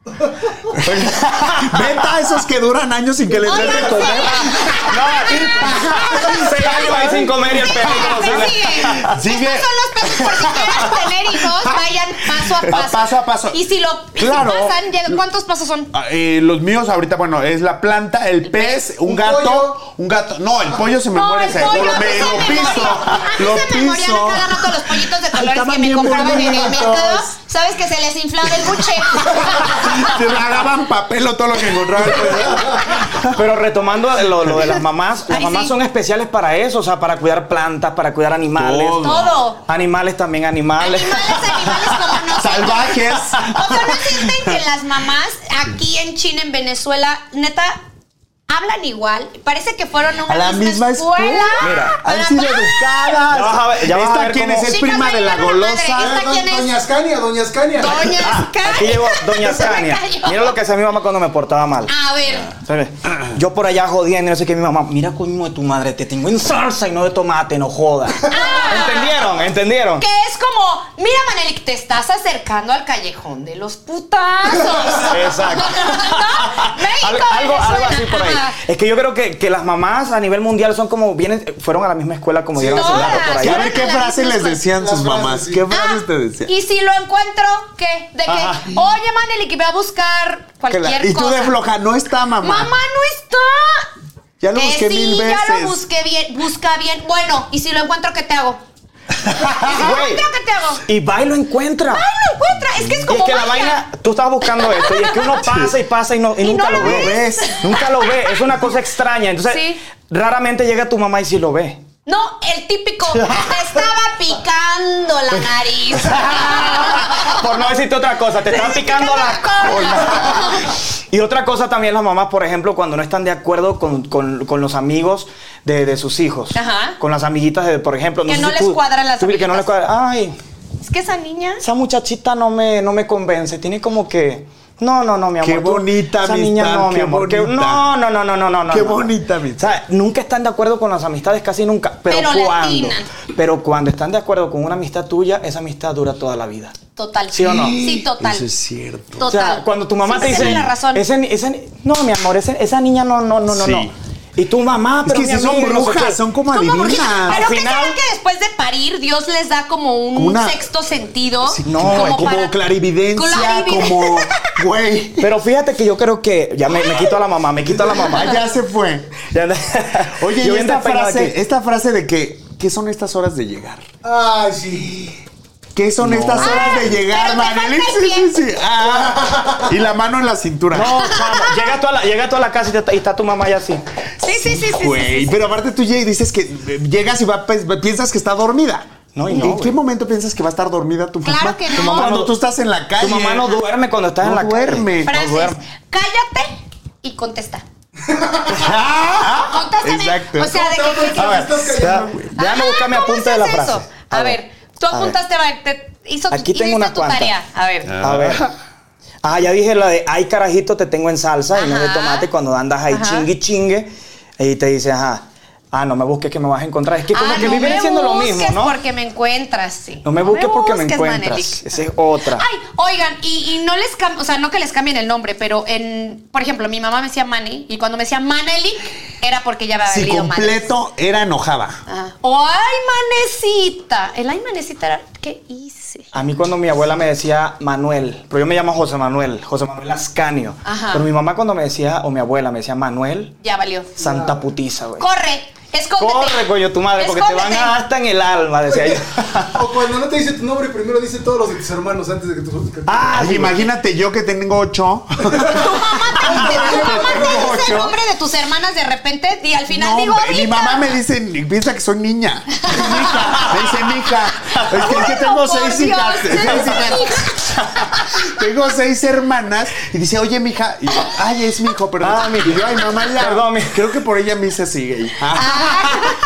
[SPEAKER 2] Venta a esos que duran años sin que les den de comer.
[SPEAKER 3] Seis años ahí sin comer y el perro como si
[SPEAKER 1] Sigue.
[SPEAKER 3] le-
[SPEAKER 2] Sigue.
[SPEAKER 1] Estos son los pasos por si quieren tener hijos, vayan paso a paso.
[SPEAKER 2] paso a paso.
[SPEAKER 1] Y si lo y si
[SPEAKER 2] Claro.
[SPEAKER 1] pasan, llega- ¿cuántos pasos son?
[SPEAKER 2] Ah, eh, los míos ahorita, bueno, es la planta, el pez, un,
[SPEAKER 7] un
[SPEAKER 2] gato,
[SPEAKER 7] pollo.
[SPEAKER 2] un gato. No, el pollo se me
[SPEAKER 1] No,
[SPEAKER 2] muere
[SPEAKER 1] el
[SPEAKER 2] seguro.
[SPEAKER 1] pollo, a mí
[SPEAKER 2] Me-
[SPEAKER 1] se
[SPEAKER 2] lo
[SPEAKER 1] me
[SPEAKER 2] piso.
[SPEAKER 1] moría. A mí
[SPEAKER 2] Lo
[SPEAKER 1] se me morían
[SPEAKER 2] piso.
[SPEAKER 1] a cada rato los pollitos de colores
[SPEAKER 2] estaban
[SPEAKER 1] que me
[SPEAKER 2] bien
[SPEAKER 1] compraban en el
[SPEAKER 2] bonitos.
[SPEAKER 1] mercado. ¿Sabes que se les inflaba el buche?
[SPEAKER 2] Se agarraban papel o todo lo que encontraban.
[SPEAKER 3] Pero retomando lo, lo de las mamás, las
[SPEAKER 1] Ay,
[SPEAKER 3] mamás
[SPEAKER 1] sí.
[SPEAKER 3] son especiales para eso, o sea, para cuidar plantas, para cuidar animales.
[SPEAKER 2] Todo.
[SPEAKER 1] Todo.
[SPEAKER 3] Animales también, animales.
[SPEAKER 1] Animales, animales como nosotros.
[SPEAKER 2] Salvajes.
[SPEAKER 1] O sea, ¿no sienten que las mamás aquí en China, en Venezuela, neta, hablan igual? Parece que fueron a una
[SPEAKER 2] A la misma escuela.
[SPEAKER 3] Mira,
[SPEAKER 2] han
[SPEAKER 1] ¿Verdad?
[SPEAKER 2] sido educadas.
[SPEAKER 3] Ya vas a ver- ya vas a
[SPEAKER 2] ¿Esta
[SPEAKER 3] ver
[SPEAKER 2] quién
[SPEAKER 3] cómo-
[SPEAKER 2] es? ¿Es
[SPEAKER 1] Chicas,
[SPEAKER 2] prima de la
[SPEAKER 1] vengan a la madre.
[SPEAKER 2] golosa?
[SPEAKER 1] ¿Esta quién es?
[SPEAKER 7] Doña Escania, Doña Escania.
[SPEAKER 2] Ah,
[SPEAKER 1] Doña Escania.
[SPEAKER 3] Ah, Aquí llegó Doña
[SPEAKER 1] Se me
[SPEAKER 3] Escania.
[SPEAKER 1] cayó.
[SPEAKER 3] Mira lo que hacía mi mamá cuando me portaba mal.
[SPEAKER 1] A ver,
[SPEAKER 3] ¿Sabes? Yo por allá jodiendo, y no sé qué, mi mamá, mira coño de tu madre, te tengo en salsa y no de tomate, no jodas.
[SPEAKER 1] Ah.
[SPEAKER 3] ¿Entendieron? ¿Entendieron?
[SPEAKER 1] que es como, mira Manelik, te estás acercando al callejón de los putazos.
[SPEAKER 3] Exacto.
[SPEAKER 1] ¿No? México,
[SPEAKER 3] Al- algo, algo
[SPEAKER 1] Venezuela,
[SPEAKER 3] así por ahí.
[SPEAKER 1] ajá.
[SPEAKER 3] Es que yo creo que, que las mamás a nivel mundial son como, vienen, fueron a la misma escuela como dieron a su
[SPEAKER 1] todas.
[SPEAKER 3] lado por
[SPEAKER 2] Y a
[SPEAKER 3] allá.
[SPEAKER 1] Claro.
[SPEAKER 2] ver qué
[SPEAKER 1] Las
[SPEAKER 2] frase
[SPEAKER 1] mismas
[SPEAKER 2] les
[SPEAKER 1] frases.
[SPEAKER 2] decían sus
[SPEAKER 7] Las
[SPEAKER 2] mamás.
[SPEAKER 7] frases, sí.
[SPEAKER 2] ¿Qué
[SPEAKER 1] Ah,
[SPEAKER 2] frases te decían?
[SPEAKER 1] Y si lo encuentro, ¿qué? De que,
[SPEAKER 3] Ajá.
[SPEAKER 1] oye Manelik, ve a buscar
[SPEAKER 2] Que la-
[SPEAKER 1] cualquier
[SPEAKER 2] Y tú
[SPEAKER 1] cosa.
[SPEAKER 2] de floja, no está mamá.
[SPEAKER 1] Mamá no está.
[SPEAKER 2] Ya lo
[SPEAKER 1] Que
[SPEAKER 2] busqué
[SPEAKER 1] sí,
[SPEAKER 2] mil
[SPEAKER 1] Ya
[SPEAKER 2] veces.
[SPEAKER 1] lo busqué bien, busca bien. Bueno, y si lo encuentro, ¿qué te hago? ¿Y si lo
[SPEAKER 3] Güey.
[SPEAKER 1] encuentro, ¿qué te hago?
[SPEAKER 3] Y va y lo encuentra.
[SPEAKER 1] Ay, lo encuentra. Es que es
[SPEAKER 3] Y
[SPEAKER 1] como
[SPEAKER 3] es que la
[SPEAKER 1] magia.
[SPEAKER 3] vaina, tú estabas buscando esto y es que uno pasa y pasa y, no, y nunca
[SPEAKER 1] no
[SPEAKER 3] lo
[SPEAKER 1] lo
[SPEAKER 3] ve.
[SPEAKER 1] ves.
[SPEAKER 3] Nunca lo ve. Es una cosa extraña. Entonces,
[SPEAKER 1] Sí.
[SPEAKER 3] raramente llega tu mamá y sí lo ve.
[SPEAKER 1] No, el típico. Te estaba picando la nariz.
[SPEAKER 3] Por no decirte otra cosa, te están picando la
[SPEAKER 1] cola.
[SPEAKER 3] Y otra cosa también las mamás, por ejemplo, cuando no están de acuerdo con, con- con los amigos de, de sus hijos.
[SPEAKER 1] Ajá.
[SPEAKER 3] Con las amiguitas, de, por ejemplo.
[SPEAKER 1] Que no les cuadran las
[SPEAKER 3] tú- Que no les
[SPEAKER 1] amiguitas.
[SPEAKER 3] cuadran. Ay,
[SPEAKER 1] Es que esa niña.
[SPEAKER 3] esa muchachita no me, no me convence. Tiene como que... No, no, no, mi amor.
[SPEAKER 2] Qué
[SPEAKER 3] tú-
[SPEAKER 2] bonita
[SPEAKER 3] esa niña
[SPEAKER 2] amistad,
[SPEAKER 3] no, mi
[SPEAKER 2] qué
[SPEAKER 3] amor. que-
[SPEAKER 2] bonita.
[SPEAKER 3] no, no, no, no, no, no. no,
[SPEAKER 2] Qué
[SPEAKER 3] no.
[SPEAKER 2] bonita amistad.
[SPEAKER 3] O sea, nunca están de acuerdo con las amistades, casi nunca. Pero,
[SPEAKER 1] Pero le
[SPEAKER 3] cuando.
[SPEAKER 1] atinan.
[SPEAKER 3] Pero cuando están de acuerdo con una amistad tuya, esa amistad dura toda la vida.
[SPEAKER 1] Total.
[SPEAKER 3] ¿Sí o no?
[SPEAKER 1] Sí, total.
[SPEAKER 2] Eso es cierto.
[SPEAKER 3] O
[SPEAKER 1] Total.
[SPEAKER 3] sea, cuando tu mamá
[SPEAKER 1] Sí,
[SPEAKER 3] te
[SPEAKER 1] sí,
[SPEAKER 3] dice.
[SPEAKER 1] tiene la razón.
[SPEAKER 3] "Ese ni- esa ni- no, mi amor, ese- esa niña no, no, no, no,
[SPEAKER 2] Sí.
[SPEAKER 3] no. Y tu mamá,
[SPEAKER 2] Es
[SPEAKER 3] pero
[SPEAKER 2] que si
[SPEAKER 3] mi
[SPEAKER 2] son
[SPEAKER 3] amiga, no sé
[SPEAKER 2] brujas,
[SPEAKER 3] qué.
[SPEAKER 2] son como
[SPEAKER 1] Como brujitas.
[SPEAKER 2] adivinas.
[SPEAKER 1] Pero
[SPEAKER 3] Al
[SPEAKER 1] que
[SPEAKER 3] final-
[SPEAKER 1] saben que después de parir, Dios les da como un
[SPEAKER 2] Como una-
[SPEAKER 1] sexto sentido.
[SPEAKER 2] Sí,
[SPEAKER 3] no,
[SPEAKER 2] como, como
[SPEAKER 1] para-
[SPEAKER 2] clarividencia,
[SPEAKER 1] Clarividen-
[SPEAKER 2] como güey.
[SPEAKER 3] Pero fíjate que yo creo que. Ya me, me quito a la mamá, me quito a la mamá.
[SPEAKER 2] Allá se fue.
[SPEAKER 3] Ya anda-
[SPEAKER 2] Oye,
[SPEAKER 3] Yo
[SPEAKER 2] y
[SPEAKER 3] bien
[SPEAKER 2] esta
[SPEAKER 3] despeinado
[SPEAKER 2] frase,
[SPEAKER 3] aquí.
[SPEAKER 2] esta frase de que ¿qué son estas horas de llegar?
[SPEAKER 7] Ay, sí.
[SPEAKER 2] ¿Qué son estas horas de llegar,
[SPEAKER 1] Ah, pero te
[SPEAKER 2] Maneli?
[SPEAKER 1] falta el
[SPEAKER 2] Sí, sí, sí. Ah. y la mano en la cintura.
[SPEAKER 3] No, chamo, llega tú a la, llega tú a la casa y, te- y está tu mamá ya así.
[SPEAKER 1] Sí, sí, sí, sí, sí.
[SPEAKER 2] Güey, pero aparte tú llegas y dices que eh, llegas y va, pues, piensas que está dormida.
[SPEAKER 3] No, y no,
[SPEAKER 2] ¿En qué
[SPEAKER 3] güey.
[SPEAKER 2] momento piensas que va a estar dormida tu mamá?
[SPEAKER 1] Claro que no.
[SPEAKER 2] Tu mamá cuando
[SPEAKER 3] no-
[SPEAKER 2] tú estás en la
[SPEAKER 3] Tu
[SPEAKER 2] calle.
[SPEAKER 3] mamá no duerme cuando estás
[SPEAKER 2] No
[SPEAKER 3] en la calle.
[SPEAKER 2] duerme.
[SPEAKER 1] Frases,
[SPEAKER 3] No duerme.
[SPEAKER 1] cállate y contesta.
[SPEAKER 2] Ah,
[SPEAKER 1] Contéstame.
[SPEAKER 2] Exacto.
[SPEAKER 1] O sea, de que- que.
[SPEAKER 7] A ver, estás cayendo, güey.
[SPEAKER 3] Déjame
[SPEAKER 1] Ajá,
[SPEAKER 3] buscar mi
[SPEAKER 1] ¿cómo
[SPEAKER 3] apunte de la
[SPEAKER 1] haces
[SPEAKER 3] frase.
[SPEAKER 1] eso? A, ver, tú apuntaste, va, te hizo tu,
[SPEAKER 3] Aquí tengo
[SPEAKER 1] hiciste
[SPEAKER 3] unas
[SPEAKER 1] tu
[SPEAKER 3] cuantas.
[SPEAKER 1] tarea. A ver.
[SPEAKER 3] A ver. Ah, ya dije la de ay carajito te tengo en salsa y no de
[SPEAKER 1] Ajá.
[SPEAKER 3] tomate cuando andas ahí
[SPEAKER 1] Ajá.
[SPEAKER 3] chingue chingue y te dice, ajá, ah, no me busques que me vas a encontrar. Es que como
[SPEAKER 1] Ah,
[SPEAKER 3] que
[SPEAKER 1] no
[SPEAKER 3] viven
[SPEAKER 1] me
[SPEAKER 3] haciendo lo mismo,
[SPEAKER 1] busques
[SPEAKER 3] ¿no?
[SPEAKER 1] porque me encuentras, sí.
[SPEAKER 3] No me busques porque me
[SPEAKER 1] busques,
[SPEAKER 3] encuentras.
[SPEAKER 1] Manelik.
[SPEAKER 3] Esa es otra.
[SPEAKER 1] Ay, oigan, y, y no les cam- o sea, no que les cambien el nombre, pero en, por ejemplo, mi mamá me decía Manny, y cuando me decía Manelik, era porque ya me había
[SPEAKER 2] si
[SPEAKER 1] valido Manelik.
[SPEAKER 2] completo era enojada.
[SPEAKER 1] Ah. O ay, manecita. El ay, manecita era ¿qué hice?
[SPEAKER 3] A mí cuando mi abuela me decía Manuel, pero yo me llamo José Manuel, José Manuel Ascanio.
[SPEAKER 1] Ajá.
[SPEAKER 3] Pero mi mamá cuando me decía, o mi abuela me decía Manuel,
[SPEAKER 1] Ya valió.
[SPEAKER 3] santa putiza, güey.
[SPEAKER 1] Corre, escóndete.
[SPEAKER 3] Corre, coño, tu madre, porque te van
[SPEAKER 1] Escóndete.
[SPEAKER 3] a hasta en el alma, decía yo.
[SPEAKER 7] O cuando no te dice tu nombre, primero dice todos los de tus hermanos antes de que tú. que-
[SPEAKER 3] Ah,
[SPEAKER 2] Ay,
[SPEAKER 3] sí, güey.
[SPEAKER 2] imagínate yo que tengo ocho.
[SPEAKER 1] Tu mamá te dice, tu mamá te dice
[SPEAKER 2] Ocho.
[SPEAKER 1] el nombre de tus hermanas de repente y al final
[SPEAKER 2] No,
[SPEAKER 1] digo,
[SPEAKER 2] hombre, mi
[SPEAKER 1] ahorita.
[SPEAKER 2] mamá me dice, piensa que soy niña. Es mi hija. Me dice, mija. Es que, es que tengo
[SPEAKER 1] Por
[SPEAKER 2] seis
[SPEAKER 1] Dios,
[SPEAKER 2] hijas.
[SPEAKER 1] seis
[SPEAKER 2] seis hijas. Tengo seis hermanas. Y dice, oye, mija. Y yo, ay, es mi hijo, perdón.
[SPEAKER 3] Ah, mi-
[SPEAKER 2] y yo, ay, mamá, ya.
[SPEAKER 3] Perdón, mi-
[SPEAKER 2] Creo que por ella me hice así, gay.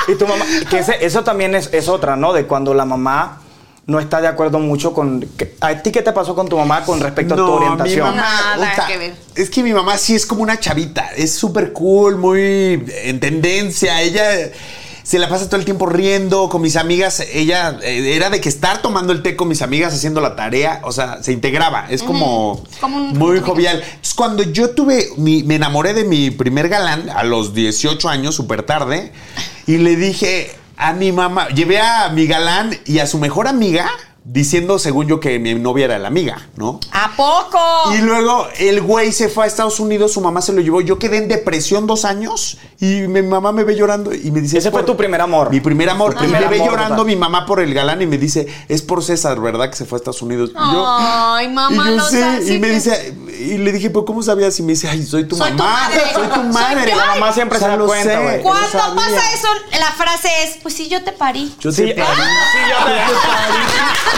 [SPEAKER 3] Y tu mamá, que ese- eso también es, es otra, ¿no? De cuando la mamá no está de acuerdo mucho con... que- ¿A ti qué te pasó con tu mamá con respecto a tu orientación?
[SPEAKER 2] Mi mamá,
[SPEAKER 1] Nada
[SPEAKER 2] puta,
[SPEAKER 1] que ver.
[SPEAKER 2] Es que mi mamá sí es como una chavita. Es súper cool, muy en tendencia. Ella. se la pasa todo el tiempo riendo con mis amigas. Ella eh, era de que estar tomando el té con mis amigas haciendo la tarea, o sea, se integraba. Es como,
[SPEAKER 1] Como un-
[SPEAKER 2] muy jovial. Entonces, cuando yo tuve, mi- me enamoré de mi primer galán a los 18 años, súper tarde, y le dije a mi mamá, llevé a mi galán y a su mejor amiga diciendo, según yo, que mi novia era la amiga, ¿no?
[SPEAKER 1] ¿A poco?
[SPEAKER 2] Y luego el güey se fue a Estados Unidos, su mamá se lo llevó. Yo quedé en depresión dos años y mi mamá me ve llorando y me dice.
[SPEAKER 3] Ese
[SPEAKER 2] "Es
[SPEAKER 3] fue
[SPEAKER 2] por-
[SPEAKER 3] tu primer amor.
[SPEAKER 2] Mi primer amor.
[SPEAKER 3] Tu
[SPEAKER 2] y
[SPEAKER 3] primer
[SPEAKER 2] me ve
[SPEAKER 3] amor,
[SPEAKER 2] llorando
[SPEAKER 3] ¿verdad?
[SPEAKER 2] mi mamá por el galán y me dice, es por César, ¿verdad? Que se fue a Estados Unidos. Y yo-
[SPEAKER 1] Ay, mamá,
[SPEAKER 2] Y yo
[SPEAKER 1] no
[SPEAKER 2] sé,
[SPEAKER 1] sabes
[SPEAKER 2] y
[SPEAKER 1] si
[SPEAKER 2] me
[SPEAKER 1] te-
[SPEAKER 2] dice, y le dije, ¿pero cómo sabías? Y me dice, ay, soy tu
[SPEAKER 1] Soy tu
[SPEAKER 2] mamá.
[SPEAKER 1] madre.
[SPEAKER 2] Soy tu
[SPEAKER 1] Soy
[SPEAKER 2] madre.
[SPEAKER 1] tu- La mamá
[SPEAKER 3] siempre se da
[SPEAKER 2] lo
[SPEAKER 3] cuenta,
[SPEAKER 2] sé, lo sabía.
[SPEAKER 3] güey.
[SPEAKER 1] Cuando pasa eso, la frase es, pues sí, yo te parí.
[SPEAKER 2] Yo
[SPEAKER 3] Sí,
[SPEAKER 2] te parí.
[SPEAKER 3] ah, sí, yo te parí.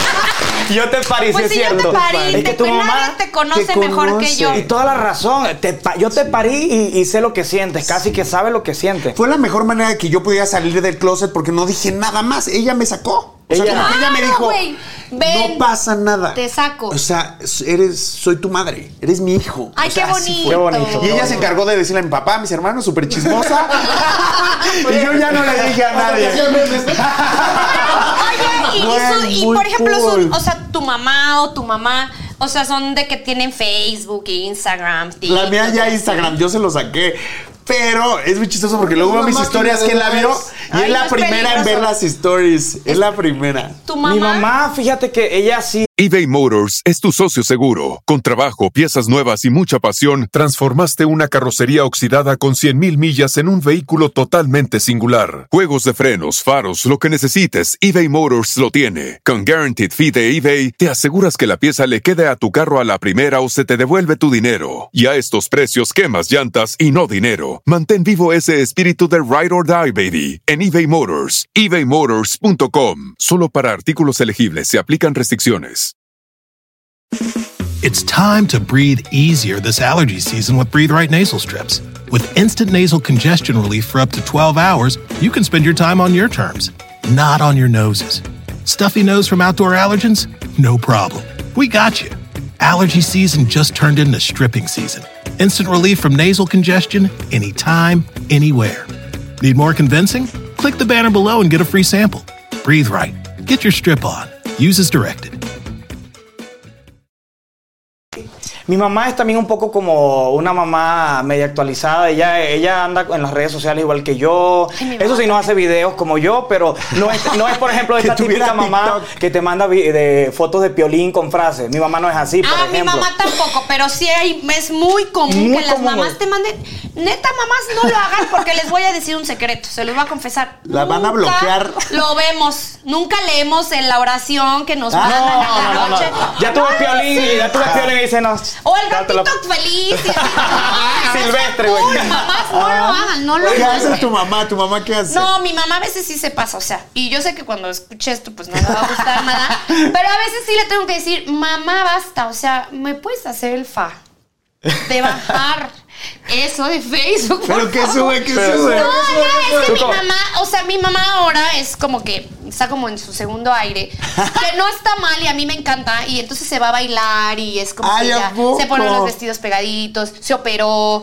[SPEAKER 3] Yo te parí, sí
[SPEAKER 1] Pues
[SPEAKER 3] es
[SPEAKER 1] si yo te
[SPEAKER 3] cierto.
[SPEAKER 1] parí,
[SPEAKER 3] es
[SPEAKER 1] te-
[SPEAKER 3] que tu
[SPEAKER 1] nadie
[SPEAKER 3] mamá.
[SPEAKER 1] te conoce
[SPEAKER 2] te
[SPEAKER 1] mejor que yo.
[SPEAKER 3] Y toda la razón. Te pa- yo te parí y, y sé lo que sientes. Casi que sabe lo que sientes.
[SPEAKER 2] Fue la mejor manera que yo pudiera salir del closet porque no dije nada más. Ella me sacó. O sea,
[SPEAKER 3] Ella-
[SPEAKER 2] como que ella me
[SPEAKER 1] Claro,
[SPEAKER 2] dijo,
[SPEAKER 1] güey. Ven,
[SPEAKER 2] no pasa nada.
[SPEAKER 1] te saco.
[SPEAKER 2] O sea, eres, soy tu madre, eres mi hijo.
[SPEAKER 1] Ay,
[SPEAKER 2] O sea,
[SPEAKER 1] qué
[SPEAKER 2] así
[SPEAKER 1] bonito.
[SPEAKER 2] fue.
[SPEAKER 3] bonito.
[SPEAKER 2] Y ella se encargó de decirle a mi papá, a mis hermanos, súper chismosa. y yo ya no le dije a nadie.
[SPEAKER 1] Oye, y, y su-
[SPEAKER 2] Güey,
[SPEAKER 1] y,
[SPEAKER 2] muy
[SPEAKER 1] por ejemplo, su-
[SPEAKER 2] cool.
[SPEAKER 1] o sea, tu mamá o tu mamá, o sea, son de que tienen Facebook, Instagram,
[SPEAKER 2] La mía
[SPEAKER 1] TikTok.
[SPEAKER 2] ya Instagram, yo se lo saqué. Pero es muy chistoso porque luego
[SPEAKER 7] Es
[SPEAKER 2] veo
[SPEAKER 7] una
[SPEAKER 2] mis
[SPEAKER 7] máquina
[SPEAKER 2] historias
[SPEAKER 7] de
[SPEAKER 2] que la
[SPEAKER 7] likes.
[SPEAKER 2] vio y
[SPEAKER 1] Ay,
[SPEAKER 2] es la
[SPEAKER 1] no es
[SPEAKER 2] primera en ver
[SPEAKER 1] peligroso.
[SPEAKER 2] las stories. Es la primera.
[SPEAKER 1] Tu mamá.
[SPEAKER 3] Mi mamá, fíjate que ella sí
[SPEAKER 8] eBay Motors es tu socio seguro. Con trabajo, piezas nuevas y mucha pasión, transformaste una carrocería oxidada con 100.000 millas en un vehículo totalmente singular. Juegos de frenos, faros, lo que necesites, eBay Motors lo tiene. Con Guaranteed Fee de eBay, te aseguras que la pieza le quede a tu carro a la primera o se te devuelve tu dinero. Y a estos precios, quemas llantas y no dinero. Mantén vivo ese espíritu de Ride or Die, baby, en eBay Motors. ebaymotors.com. Solo para artículos elegibles se aplican restricciones.
[SPEAKER 9] It's time to breathe easier this allergy season with Breathe Right Nasal Strips. With instant nasal congestion relief for up to 12 hours, you can spend your time on your terms, not on your noses. Stuffy nose from outdoor allergens? No problem. We got you. Allergy season just turned into stripping season. Instant relief from nasal congestion anytime, anywhere. Need more convincing? Click the banner below and get a free sample. Breathe Right. Get your strip on. Use as directed.
[SPEAKER 3] Mi mamá es también un poco como una mamá media actualizada. Ella, ella anda en las redes sociales igual que yo.
[SPEAKER 1] Ay, mi
[SPEAKER 3] Eso
[SPEAKER 1] mamá
[SPEAKER 3] sí, no hace videos como yo, pero no es, no es por ejemplo,
[SPEAKER 2] Que
[SPEAKER 3] esta
[SPEAKER 2] tuviera
[SPEAKER 3] típica mamá
[SPEAKER 2] TikTok.
[SPEAKER 3] que te manda vi- de fotos de piolín con frases. Mi mamá no es así, por
[SPEAKER 1] Ah, mi
[SPEAKER 3] ejemplo.
[SPEAKER 1] mamá tampoco, pero sí hay, es muy común
[SPEAKER 3] Muy
[SPEAKER 1] que las
[SPEAKER 3] común.
[SPEAKER 1] mamás te manden. Neta, mamás, no lo hagan porque les voy a decir un secreto, se los voy a confesar.
[SPEAKER 2] La van a
[SPEAKER 1] Nunca
[SPEAKER 2] bloquear.
[SPEAKER 1] Lo vemos, nunca leemos en la oración que nos
[SPEAKER 2] Ah,
[SPEAKER 1] mandan
[SPEAKER 3] No,
[SPEAKER 1] en la
[SPEAKER 3] no, no,
[SPEAKER 1] noche.
[SPEAKER 3] no. Ya tuve
[SPEAKER 1] Ay,
[SPEAKER 3] piolín
[SPEAKER 1] sí.
[SPEAKER 3] y ya tuve piolín y dice, no.
[SPEAKER 1] O el
[SPEAKER 3] dátelo".
[SPEAKER 1] gatito feliz. y- Ay,
[SPEAKER 3] Silvestre,
[SPEAKER 1] eso es
[SPEAKER 3] güey. Ah.
[SPEAKER 1] cool, Mamás, no lo hagan, no lo
[SPEAKER 2] ¿Qué hace
[SPEAKER 1] hagan.
[SPEAKER 2] tu mamá? ¿Tu mamá qué hace?
[SPEAKER 1] No, mi mamá a veces sí se pasa, o sea, y yo sé que cuando escuche esto, pues no le va a gustar nada, pero a veces sí le tengo que decir, mamá, basta, o sea, ¿me puedes hacer el fa de bajar eso de Facebook? por
[SPEAKER 2] ¿Pero qué
[SPEAKER 1] favor?"
[SPEAKER 2] sube? ¿Qué
[SPEAKER 3] Pero-
[SPEAKER 2] sube?
[SPEAKER 1] No, ya es que
[SPEAKER 3] ¿Tú
[SPEAKER 1] mi
[SPEAKER 3] cómo?
[SPEAKER 1] mamá, o sea, mi mamá ahora es como que está como en su segundo aire, que no está mal y a mí me encanta, y entonces se va a bailar y es como
[SPEAKER 2] Ay,
[SPEAKER 1] que
[SPEAKER 2] ¿a
[SPEAKER 1] ya
[SPEAKER 2] poco?
[SPEAKER 1] se ponen los vestidos pegaditos, se operó.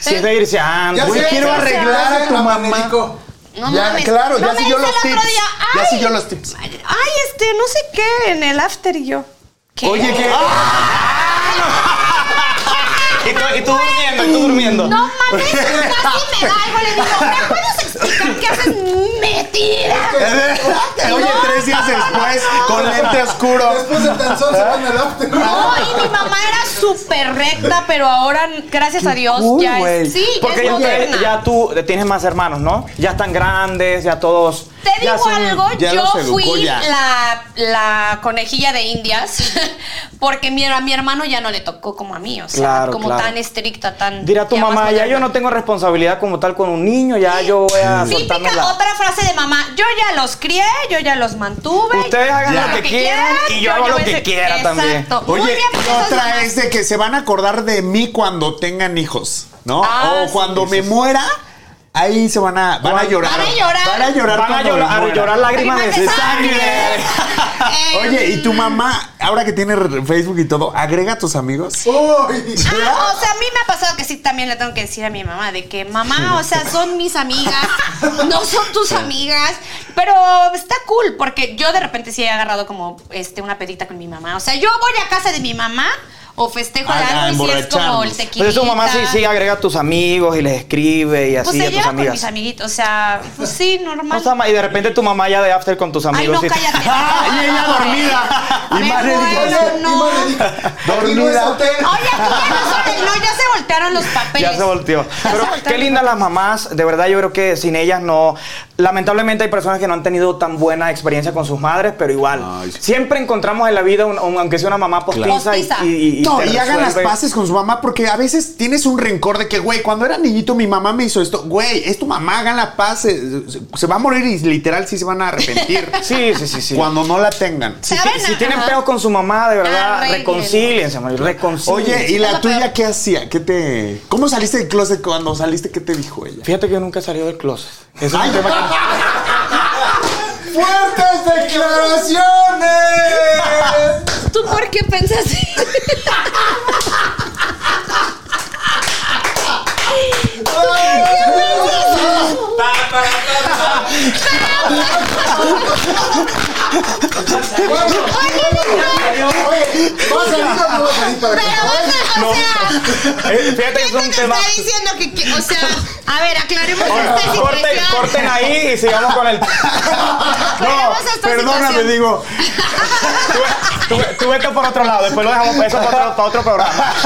[SPEAKER 3] Si es de irse, ah,
[SPEAKER 2] Ya
[SPEAKER 3] güey,
[SPEAKER 2] sé,
[SPEAKER 3] quiero
[SPEAKER 2] ya sé,
[SPEAKER 3] arreglar
[SPEAKER 2] ya
[SPEAKER 3] a
[SPEAKER 2] sé,
[SPEAKER 3] tu mamá.
[SPEAKER 7] Américo.
[SPEAKER 1] No
[SPEAKER 2] Ya,
[SPEAKER 1] mames.
[SPEAKER 2] claro,
[SPEAKER 1] No
[SPEAKER 2] ya
[SPEAKER 1] me
[SPEAKER 2] siguió
[SPEAKER 1] dice
[SPEAKER 2] los
[SPEAKER 1] el otro
[SPEAKER 2] tips.
[SPEAKER 1] día,
[SPEAKER 2] Ya
[SPEAKER 1] "Ay,
[SPEAKER 2] siguió los tips.
[SPEAKER 1] Ay, este, no sé qué, en el after y yo. ¿Qué?
[SPEAKER 2] Oye, ¿qué?
[SPEAKER 3] ¡Ah! Y tú, y tú durmiendo, y tú durmiendo.
[SPEAKER 1] No mames, casi me da algo. Le digo, ¿me puedes explicar qué haces? ¡Mentira!
[SPEAKER 2] Oye,
[SPEAKER 1] No,
[SPEAKER 2] tres días
[SPEAKER 1] no,
[SPEAKER 2] después,
[SPEAKER 1] no,
[SPEAKER 2] con
[SPEAKER 1] no.
[SPEAKER 2] lente oscuro.
[SPEAKER 7] Después de tan solo se van al after.
[SPEAKER 1] No, y mi mamá era súper recta, pero ahora, gracias a Dios,
[SPEAKER 3] Cool,
[SPEAKER 1] ya
[SPEAKER 3] güey.
[SPEAKER 1] es. Sí,
[SPEAKER 3] Porque
[SPEAKER 1] es
[SPEAKER 3] ya, te-
[SPEAKER 1] moderna.
[SPEAKER 3] ya tú tienes más hermanos, ¿no? Ya están grandes, ya todos.
[SPEAKER 1] Te
[SPEAKER 3] ya
[SPEAKER 1] digo
[SPEAKER 3] son-
[SPEAKER 1] algo,
[SPEAKER 2] ya
[SPEAKER 1] yo
[SPEAKER 2] los educó
[SPEAKER 1] fui
[SPEAKER 2] ya.
[SPEAKER 1] la, la conejilla de indias, porque mi, a mi hermano ya no le tocó como a mí, o sea,
[SPEAKER 3] Claro,
[SPEAKER 1] como
[SPEAKER 3] claro.
[SPEAKER 1] tan estricta, tan...
[SPEAKER 3] Dirá tu
[SPEAKER 1] ya más
[SPEAKER 3] mamá, ya
[SPEAKER 1] moderna".
[SPEAKER 3] yo no tengo responsabilidad como tal con un niño, ya yo voy a soltarme
[SPEAKER 1] Típica
[SPEAKER 3] la...
[SPEAKER 1] otra frase de mamá, yo ya los crié, yo ya los mantuve.
[SPEAKER 3] Ustedes hagan
[SPEAKER 1] yo
[SPEAKER 3] lo que quieran y yo hago
[SPEAKER 1] ya
[SPEAKER 3] lo
[SPEAKER 1] voy a
[SPEAKER 3] que
[SPEAKER 1] ser-
[SPEAKER 3] quiera
[SPEAKER 1] Exacto.
[SPEAKER 3] también.
[SPEAKER 1] Muy
[SPEAKER 2] Oye,
[SPEAKER 1] bien, pues, esas
[SPEAKER 2] otra
[SPEAKER 1] mamás.
[SPEAKER 2] es de que se van a acordar de mí cuando tengan hijos, ¿no?
[SPEAKER 1] Ah,
[SPEAKER 2] o
[SPEAKER 1] sí,
[SPEAKER 2] cuando
[SPEAKER 1] sí,
[SPEAKER 2] me
[SPEAKER 1] sí.
[SPEAKER 2] muera, ahí se van a, van a llorar.
[SPEAKER 1] Van a llorar.
[SPEAKER 2] Van a llorar.
[SPEAKER 3] Van a
[SPEAKER 2] cuando me
[SPEAKER 3] llorar, a
[SPEAKER 2] muera.
[SPEAKER 3] llorar lágrimas de
[SPEAKER 1] Lágrimas de
[SPEAKER 3] sangre.
[SPEAKER 1] sangre.
[SPEAKER 2] Oye, ¿y tu mamá, ahora que tiene re- Facebook y todo, agrega a tus amigos?
[SPEAKER 7] ¡Uy!
[SPEAKER 1] Ah, o sea, a mí me ha pasado que sí también le tengo que decir a mi mamá de que mamá, o sea, son mis amigas, no son tus amigas, pero está cool porque yo de repente sí he agarrado como este una pedita con mi mamá. O sea, yo voy a casa de mi mamá o festejo
[SPEAKER 2] Ah, a
[SPEAKER 1] algo y sí es como el
[SPEAKER 2] emborracharnos.
[SPEAKER 1] tequila.
[SPEAKER 3] Pero Pues, tu mamá sí, sí agrega a tus amigos y les escribe y así
[SPEAKER 1] Pues se
[SPEAKER 3] a tus
[SPEAKER 1] lleva con mis
[SPEAKER 3] amigas.
[SPEAKER 1] amiguitos, o sea, pues sí, normal.
[SPEAKER 3] O sea, y de repente tu mamá ya de after con tus
[SPEAKER 1] Ay,
[SPEAKER 3] amigos.
[SPEAKER 1] no,
[SPEAKER 3] y-
[SPEAKER 1] cállate.
[SPEAKER 2] Y ella dormida. Y
[SPEAKER 1] Me
[SPEAKER 2] más
[SPEAKER 1] muero,
[SPEAKER 2] dedicación.
[SPEAKER 1] no.
[SPEAKER 2] Dormida.
[SPEAKER 1] Oye, aquí ya no son el- no, ya se voltearon los papeles.
[SPEAKER 3] Ya se volteó.
[SPEAKER 1] Ya se
[SPEAKER 3] Pero
[SPEAKER 1] voltearon
[SPEAKER 3] qué
[SPEAKER 1] los
[SPEAKER 3] lindas las mamás. De verdad, yo creo que sin ellas no. Lamentablemente hay personas que no han tenido tan buena experiencia con sus madres, pero igual.
[SPEAKER 2] Ay, sí.
[SPEAKER 3] Siempre encontramos en la vida, un- un- aunque sea una mamá postiza, y-
[SPEAKER 1] Postiza.
[SPEAKER 3] y, y- y
[SPEAKER 2] No,
[SPEAKER 3] te
[SPEAKER 2] y hagan las
[SPEAKER 3] resuelve.
[SPEAKER 2] paces con su mamá porque a veces tienes un rencor de que, güey, cuando era niñito mi mamá me hizo esto. Güey, es tu mamá, hagan la paz. Se, se- se va a morir y literal sí se van a arrepentir.
[SPEAKER 3] Sí, sí, sí, sí.
[SPEAKER 2] Cuando no la tengan.
[SPEAKER 3] Si,
[SPEAKER 1] ¿Saben?
[SPEAKER 3] si tienen
[SPEAKER 1] Ajá. Ah,
[SPEAKER 3] peos con su mamá, de verdad,
[SPEAKER 1] Arréglenlo.
[SPEAKER 3] reconcíliense, Mario, reconcíliense.
[SPEAKER 2] Oye, ¿y
[SPEAKER 1] es
[SPEAKER 2] la
[SPEAKER 1] lo
[SPEAKER 2] tuya
[SPEAKER 1] peor.
[SPEAKER 2] qué hacía? ¿Qué te. ¿Cómo saliste del closet cuando saliste? ¿Qué te dijo ella?
[SPEAKER 3] Fíjate que yo nunca he salido del closet. Eso
[SPEAKER 2] Ay,
[SPEAKER 3] es un tema que-
[SPEAKER 2] ¡Fuertes declaraciones!
[SPEAKER 1] ¿Tú por qué pensaste?
[SPEAKER 7] ¿Vas a salir o no vas a salir para
[SPEAKER 1] Pero,
[SPEAKER 7] acá?
[SPEAKER 1] o sea, o sea,
[SPEAKER 3] Eh, Fíjate que es
[SPEAKER 1] Beto
[SPEAKER 3] un
[SPEAKER 1] nos
[SPEAKER 3] tema.
[SPEAKER 1] está diciendo que, que- o sea, a ver, aclaremos
[SPEAKER 3] Ahora,
[SPEAKER 1] esta
[SPEAKER 3] corten,
[SPEAKER 1] situación.
[SPEAKER 3] corten ahí y sigamos con el. No,
[SPEAKER 1] Aclaremos esta
[SPEAKER 2] Perdóname,
[SPEAKER 1] situación.
[SPEAKER 2] digo.
[SPEAKER 3] tú, ve- tú vete por otro lado, después lo dejamos eso para otro, para otro programa.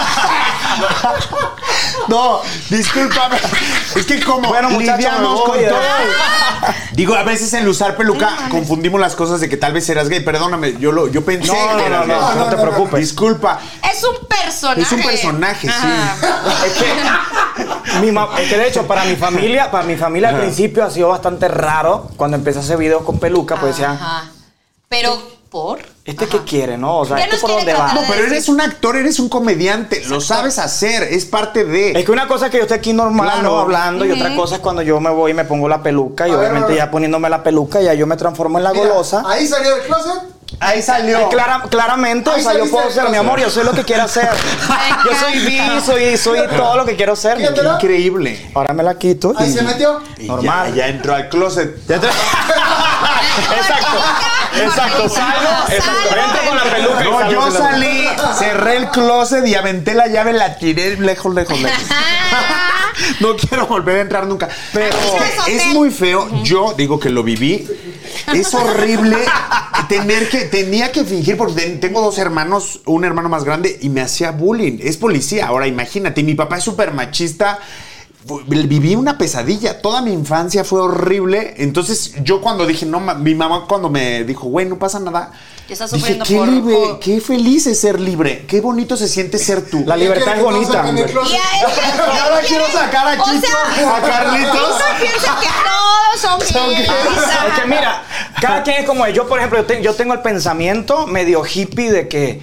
[SPEAKER 2] No, discúlpame. Es que como
[SPEAKER 3] Bueno, muchacho, me
[SPEAKER 2] lidiamos
[SPEAKER 3] voy,
[SPEAKER 2] con
[SPEAKER 3] eh.
[SPEAKER 2] todo. Digo, a veces en usar peluca confundimos las cosas de que tal vez eras gay. Perdóname, yo lo, yo pensé
[SPEAKER 3] No,
[SPEAKER 2] que
[SPEAKER 3] no,
[SPEAKER 2] eras
[SPEAKER 3] no,
[SPEAKER 2] gay.
[SPEAKER 3] no, no te preocupes.
[SPEAKER 2] Disculpa.
[SPEAKER 1] Es un personaje.
[SPEAKER 2] Es un personaje, sí.
[SPEAKER 1] Ajá.
[SPEAKER 3] Es que, mi ma- es que de hecho, para mi familia, para mi familia al principio ha sido bastante raro cuando empecé a hacer videos con peluca, pues decían,
[SPEAKER 1] Ajá. Pero, ¿por?
[SPEAKER 3] ¿este qué quiere, no? O sea,
[SPEAKER 1] Ya
[SPEAKER 3] ¿este
[SPEAKER 1] nos
[SPEAKER 3] por
[SPEAKER 1] quiere
[SPEAKER 3] dónde va?
[SPEAKER 1] tratar de-
[SPEAKER 2] Pero eres un actor, eres un comediante. Lo sabes hacer, es parte de.
[SPEAKER 3] Es que una cosa es que yo esté aquí normal,
[SPEAKER 2] Claro.
[SPEAKER 3] ¿no? Hablando, y otra cosa es cuando yo me voy y me pongo la peluca, y
[SPEAKER 7] A ver,
[SPEAKER 3] obviamente
[SPEAKER 7] a ver.
[SPEAKER 3] ya poniéndome la peluca, ya yo me transformo en la
[SPEAKER 7] Mira,
[SPEAKER 3] golosa.
[SPEAKER 7] Ahí salió del closet.
[SPEAKER 2] Ahí
[SPEAKER 3] Eh,
[SPEAKER 2] salió.
[SPEAKER 3] clara- claramente,
[SPEAKER 7] Ahí
[SPEAKER 3] o sea, yo
[SPEAKER 7] saliste
[SPEAKER 3] puedo
[SPEAKER 7] del
[SPEAKER 3] ser, mi
[SPEAKER 7] closet.
[SPEAKER 3] amor, yo soy lo que quiero ser. yo soy bi, soy, soy todo lo que quiero ser. mi
[SPEAKER 7] Fíjatela.
[SPEAKER 3] amor.
[SPEAKER 2] Increíble.
[SPEAKER 3] Ahora me la quito.
[SPEAKER 7] Ahí
[SPEAKER 3] y-
[SPEAKER 7] se metió.
[SPEAKER 2] Y
[SPEAKER 3] Normal.
[SPEAKER 2] Ya, ya entró al closet.
[SPEAKER 3] Exacto.
[SPEAKER 1] Gordita,
[SPEAKER 3] Exacto,
[SPEAKER 1] gordita.
[SPEAKER 3] salgo, exacto,
[SPEAKER 1] Salgo.
[SPEAKER 3] entro con la peluca. y
[SPEAKER 2] No,
[SPEAKER 3] salgo
[SPEAKER 2] yo
[SPEAKER 3] sin la peluca.
[SPEAKER 2] salí, cerré el closet y aventé la llave, la tiré lejos, lejos, lejos.
[SPEAKER 1] Ajá.
[SPEAKER 2] No quiero volver a entrar nunca. Pero
[SPEAKER 1] Ay, sí,
[SPEAKER 2] es
[SPEAKER 1] hotel.
[SPEAKER 2] muy feo. Yo digo que lo viví. Es horrible tener que, tenía que fingir porque ten- tengo dos hermanos, un hermano más grande y me hacía bullying. Es policía. Ahora imagínate, y mi papá es súper machista. Fu- Viví una pesadilla. Toda mi infancia fue horrible. Entonces, yo cuando dije, no, ma- mi mamá cuando me dijo, güey, no pasa nada.
[SPEAKER 1] Estás
[SPEAKER 2] dije,
[SPEAKER 1] sufriendo
[SPEAKER 2] qué
[SPEAKER 1] por-
[SPEAKER 2] libre,
[SPEAKER 1] por-
[SPEAKER 2] qué feliz es ser libre. Qué bonito se siente ser tú.
[SPEAKER 3] La libertad es
[SPEAKER 7] ¿Qué quiere que todos
[SPEAKER 3] bonita.
[SPEAKER 7] saquen del
[SPEAKER 3] hombre.
[SPEAKER 1] Y
[SPEAKER 7] closet?
[SPEAKER 1] a él-
[SPEAKER 2] Y ahora quiero sacar a
[SPEAKER 1] O sea,
[SPEAKER 2] Chicho, a Carlitos.
[SPEAKER 1] Chicho piensa que todos son gays. Ajá.
[SPEAKER 3] Es que mira, cada quien es como es. Yo, por ejemplo, yo, te- yo tengo el pensamiento medio hippie de que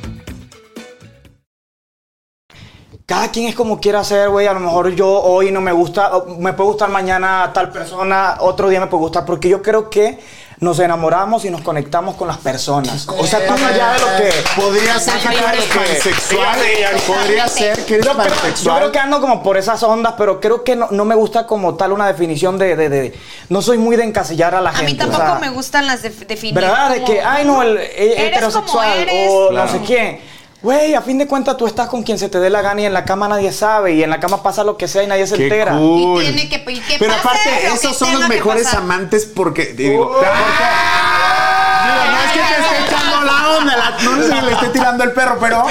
[SPEAKER 3] cada quien es como quiera ser, güey. A lo mejor yo hoy no me gusta, o me puede gustar mañana tal persona, otro día me puede gustar, porque yo creo que nos enamoramos y nos conectamos con las personas. O sea, más allá de lo que...
[SPEAKER 2] Podría ser que tú eres pansexual. Podría ser que eres
[SPEAKER 3] Yo creo, yo creo
[SPEAKER 2] pansexual.
[SPEAKER 3] que ando como por esas ondas, pero creo que no, no me gusta como tal una definición de, de- de- No soy muy de encasillar a la
[SPEAKER 1] A
[SPEAKER 3] gente.
[SPEAKER 1] mí
[SPEAKER 3] o
[SPEAKER 1] tampoco
[SPEAKER 3] sea,
[SPEAKER 1] me gustan las def- definiciones.
[SPEAKER 3] ¿Verdad? De
[SPEAKER 1] como-
[SPEAKER 3] que, ay, no, el eh,
[SPEAKER 1] Eres como
[SPEAKER 3] heterosexual
[SPEAKER 1] eres.
[SPEAKER 3] o
[SPEAKER 2] Claro.
[SPEAKER 3] no sé quién. Güey, a fin de cuentas tú estás con quien se te dé la gana y en la cama nadie sabe y en la cama pasa lo que sea y nadie se
[SPEAKER 2] Qué
[SPEAKER 3] entera.
[SPEAKER 2] cool.
[SPEAKER 1] tiene que- y que
[SPEAKER 2] Pero
[SPEAKER 1] pase
[SPEAKER 2] aparte,
[SPEAKER 1] lo que
[SPEAKER 2] esos son
[SPEAKER 1] tenga
[SPEAKER 2] los
[SPEAKER 1] que
[SPEAKER 2] mejores
[SPEAKER 1] pasar.
[SPEAKER 2] amantes porque. Digo, porque- Digo, no es que te esté echando la onda, la- no es que le esté tirando el perro, pero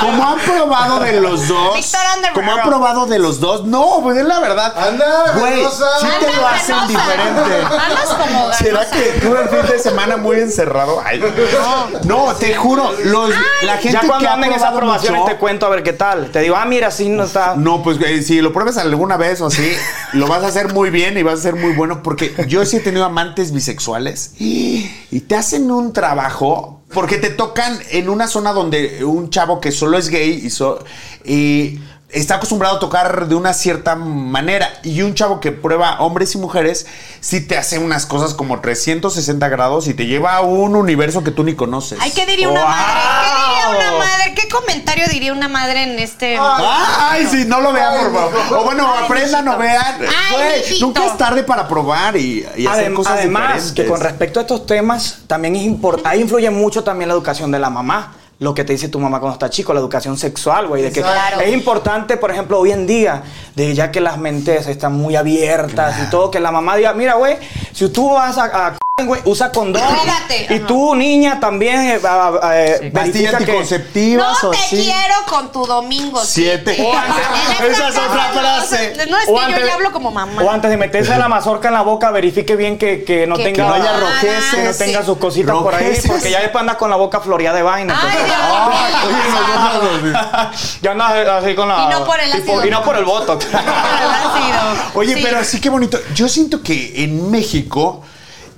[SPEAKER 2] como han probado de los dos,
[SPEAKER 1] Víctor Underwood.
[SPEAKER 2] como han probado de los dos, no, pues es la verdad.
[SPEAKER 7] Anda,
[SPEAKER 2] güey,
[SPEAKER 7] ganosa.
[SPEAKER 2] sí te
[SPEAKER 1] Anda,
[SPEAKER 2] lo hacen
[SPEAKER 1] ganosa.
[SPEAKER 2] diferente.
[SPEAKER 1] Andas como
[SPEAKER 2] ¿Será
[SPEAKER 1] ganosa.
[SPEAKER 2] que tuve el fin de semana muy encerrado? Ay, no, te juro, los, la gente
[SPEAKER 3] Ya
[SPEAKER 2] que
[SPEAKER 3] cuando
[SPEAKER 2] ha
[SPEAKER 3] anden esas
[SPEAKER 2] probado
[SPEAKER 3] aprobaciones
[SPEAKER 2] mucho-
[SPEAKER 3] te cuento a ver qué tal. Te digo, ah, mira, sí, no está...
[SPEAKER 2] no, pues eh, si lo pruebas alguna vez o así, lo vas a hacer muy bien y vas a ser muy bueno. Porque yo sí he tenido amantes bisexuales y y te hacen un trabajo porque te tocan en una zona donde un chavo que solo es gay y, so- y está acostumbrado a tocar de una cierta manera. Y un chavo que prueba hombres y mujeres sí te hace unas cosas como 360 grados y te lleva a un universo que tú ni conoces.
[SPEAKER 1] Ay, ¿qué diría una
[SPEAKER 3] Wow.
[SPEAKER 1] madre? ¿Qué diría una madre? ¿Qué comentario diría una madre en este...
[SPEAKER 2] Ay, sí, no lo vean, por favor. O bueno,
[SPEAKER 1] Ay,
[SPEAKER 2] aprendan o
[SPEAKER 1] mijito.
[SPEAKER 2] vean.
[SPEAKER 1] Ay,
[SPEAKER 2] Güey,
[SPEAKER 1] mijito.
[SPEAKER 2] nunca es tarde para probar y, y hacer
[SPEAKER 3] Adem-
[SPEAKER 2] cosas
[SPEAKER 3] además, que con
[SPEAKER 2] diferentes.
[SPEAKER 3] respecto a estos temas, también es importante, ahí influye mucho también la educación de la mamá. Lo que te dice tu mamá cuando está chico, la educación sexual, güey. De que
[SPEAKER 1] Claro.
[SPEAKER 3] es importante, por ejemplo, hoy en día, de ya que las mentes están muy abiertas y todo, que la mamá diga, mira, güey, si tú vas a, a c- güey, usa condón.
[SPEAKER 1] Cuídate.
[SPEAKER 3] Y
[SPEAKER 1] Ajá.
[SPEAKER 3] tú, niña, también eh, ah, ah, eh,
[SPEAKER 2] Pastillas
[SPEAKER 3] verifica que-
[SPEAKER 1] No
[SPEAKER 2] anticonceptivas o
[SPEAKER 1] te
[SPEAKER 2] así.
[SPEAKER 1] quiero con tu domingo
[SPEAKER 2] Siete.
[SPEAKER 1] siete. En esta
[SPEAKER 2] Esa es
[SPEAKER 1] casa
[SPEAKER 2] otra
[SPEAKER 1] no
[SPEAKER 2] frase.
[SPEAKER 1] se- No es
[SPEAKER 3] O
[SPEAKER 1] que yo
[SPEAKER 3] antes-
[SPEAKER 1] ya hablo como mamá.
[SPEAKER 3] O antes de meterse la mazorca en la boca, verifique bien que, que no
[SPEAKER 1] Que
[SPEAKER 3] tenga
[SPEAKER 1] no
[SPEAKER 2] haya rojeces.
[SPEAKER 3] roqueces, que no tenga sus cositas
[SPEAKER 2] Rojeces.
[SPEAKER 3] por ahí, porque ya después andas con la boca floreada de vaina.
[SPEAKER 1] Ay,
[SPEAKER 3] entonces-
[SPEAKER 1] Dios
[SPEAKER 2] Ay,
[SPEAKER 1] mío.
[SPEAKER 2] oye, nosotros los-
[SPEAKER 3] ya andas así con la.
[SPEAKER 1] Y no por el
[SPEAKER 3] tipo-
[SPEAKER 1] ácido.
[SPEAKER 3] Y no por el botox.
[SPEAKER 2] Oye,
[SPEAKER 1] Sí.
[SPEAKER 2] pero sí que bonito. Yo siento que en México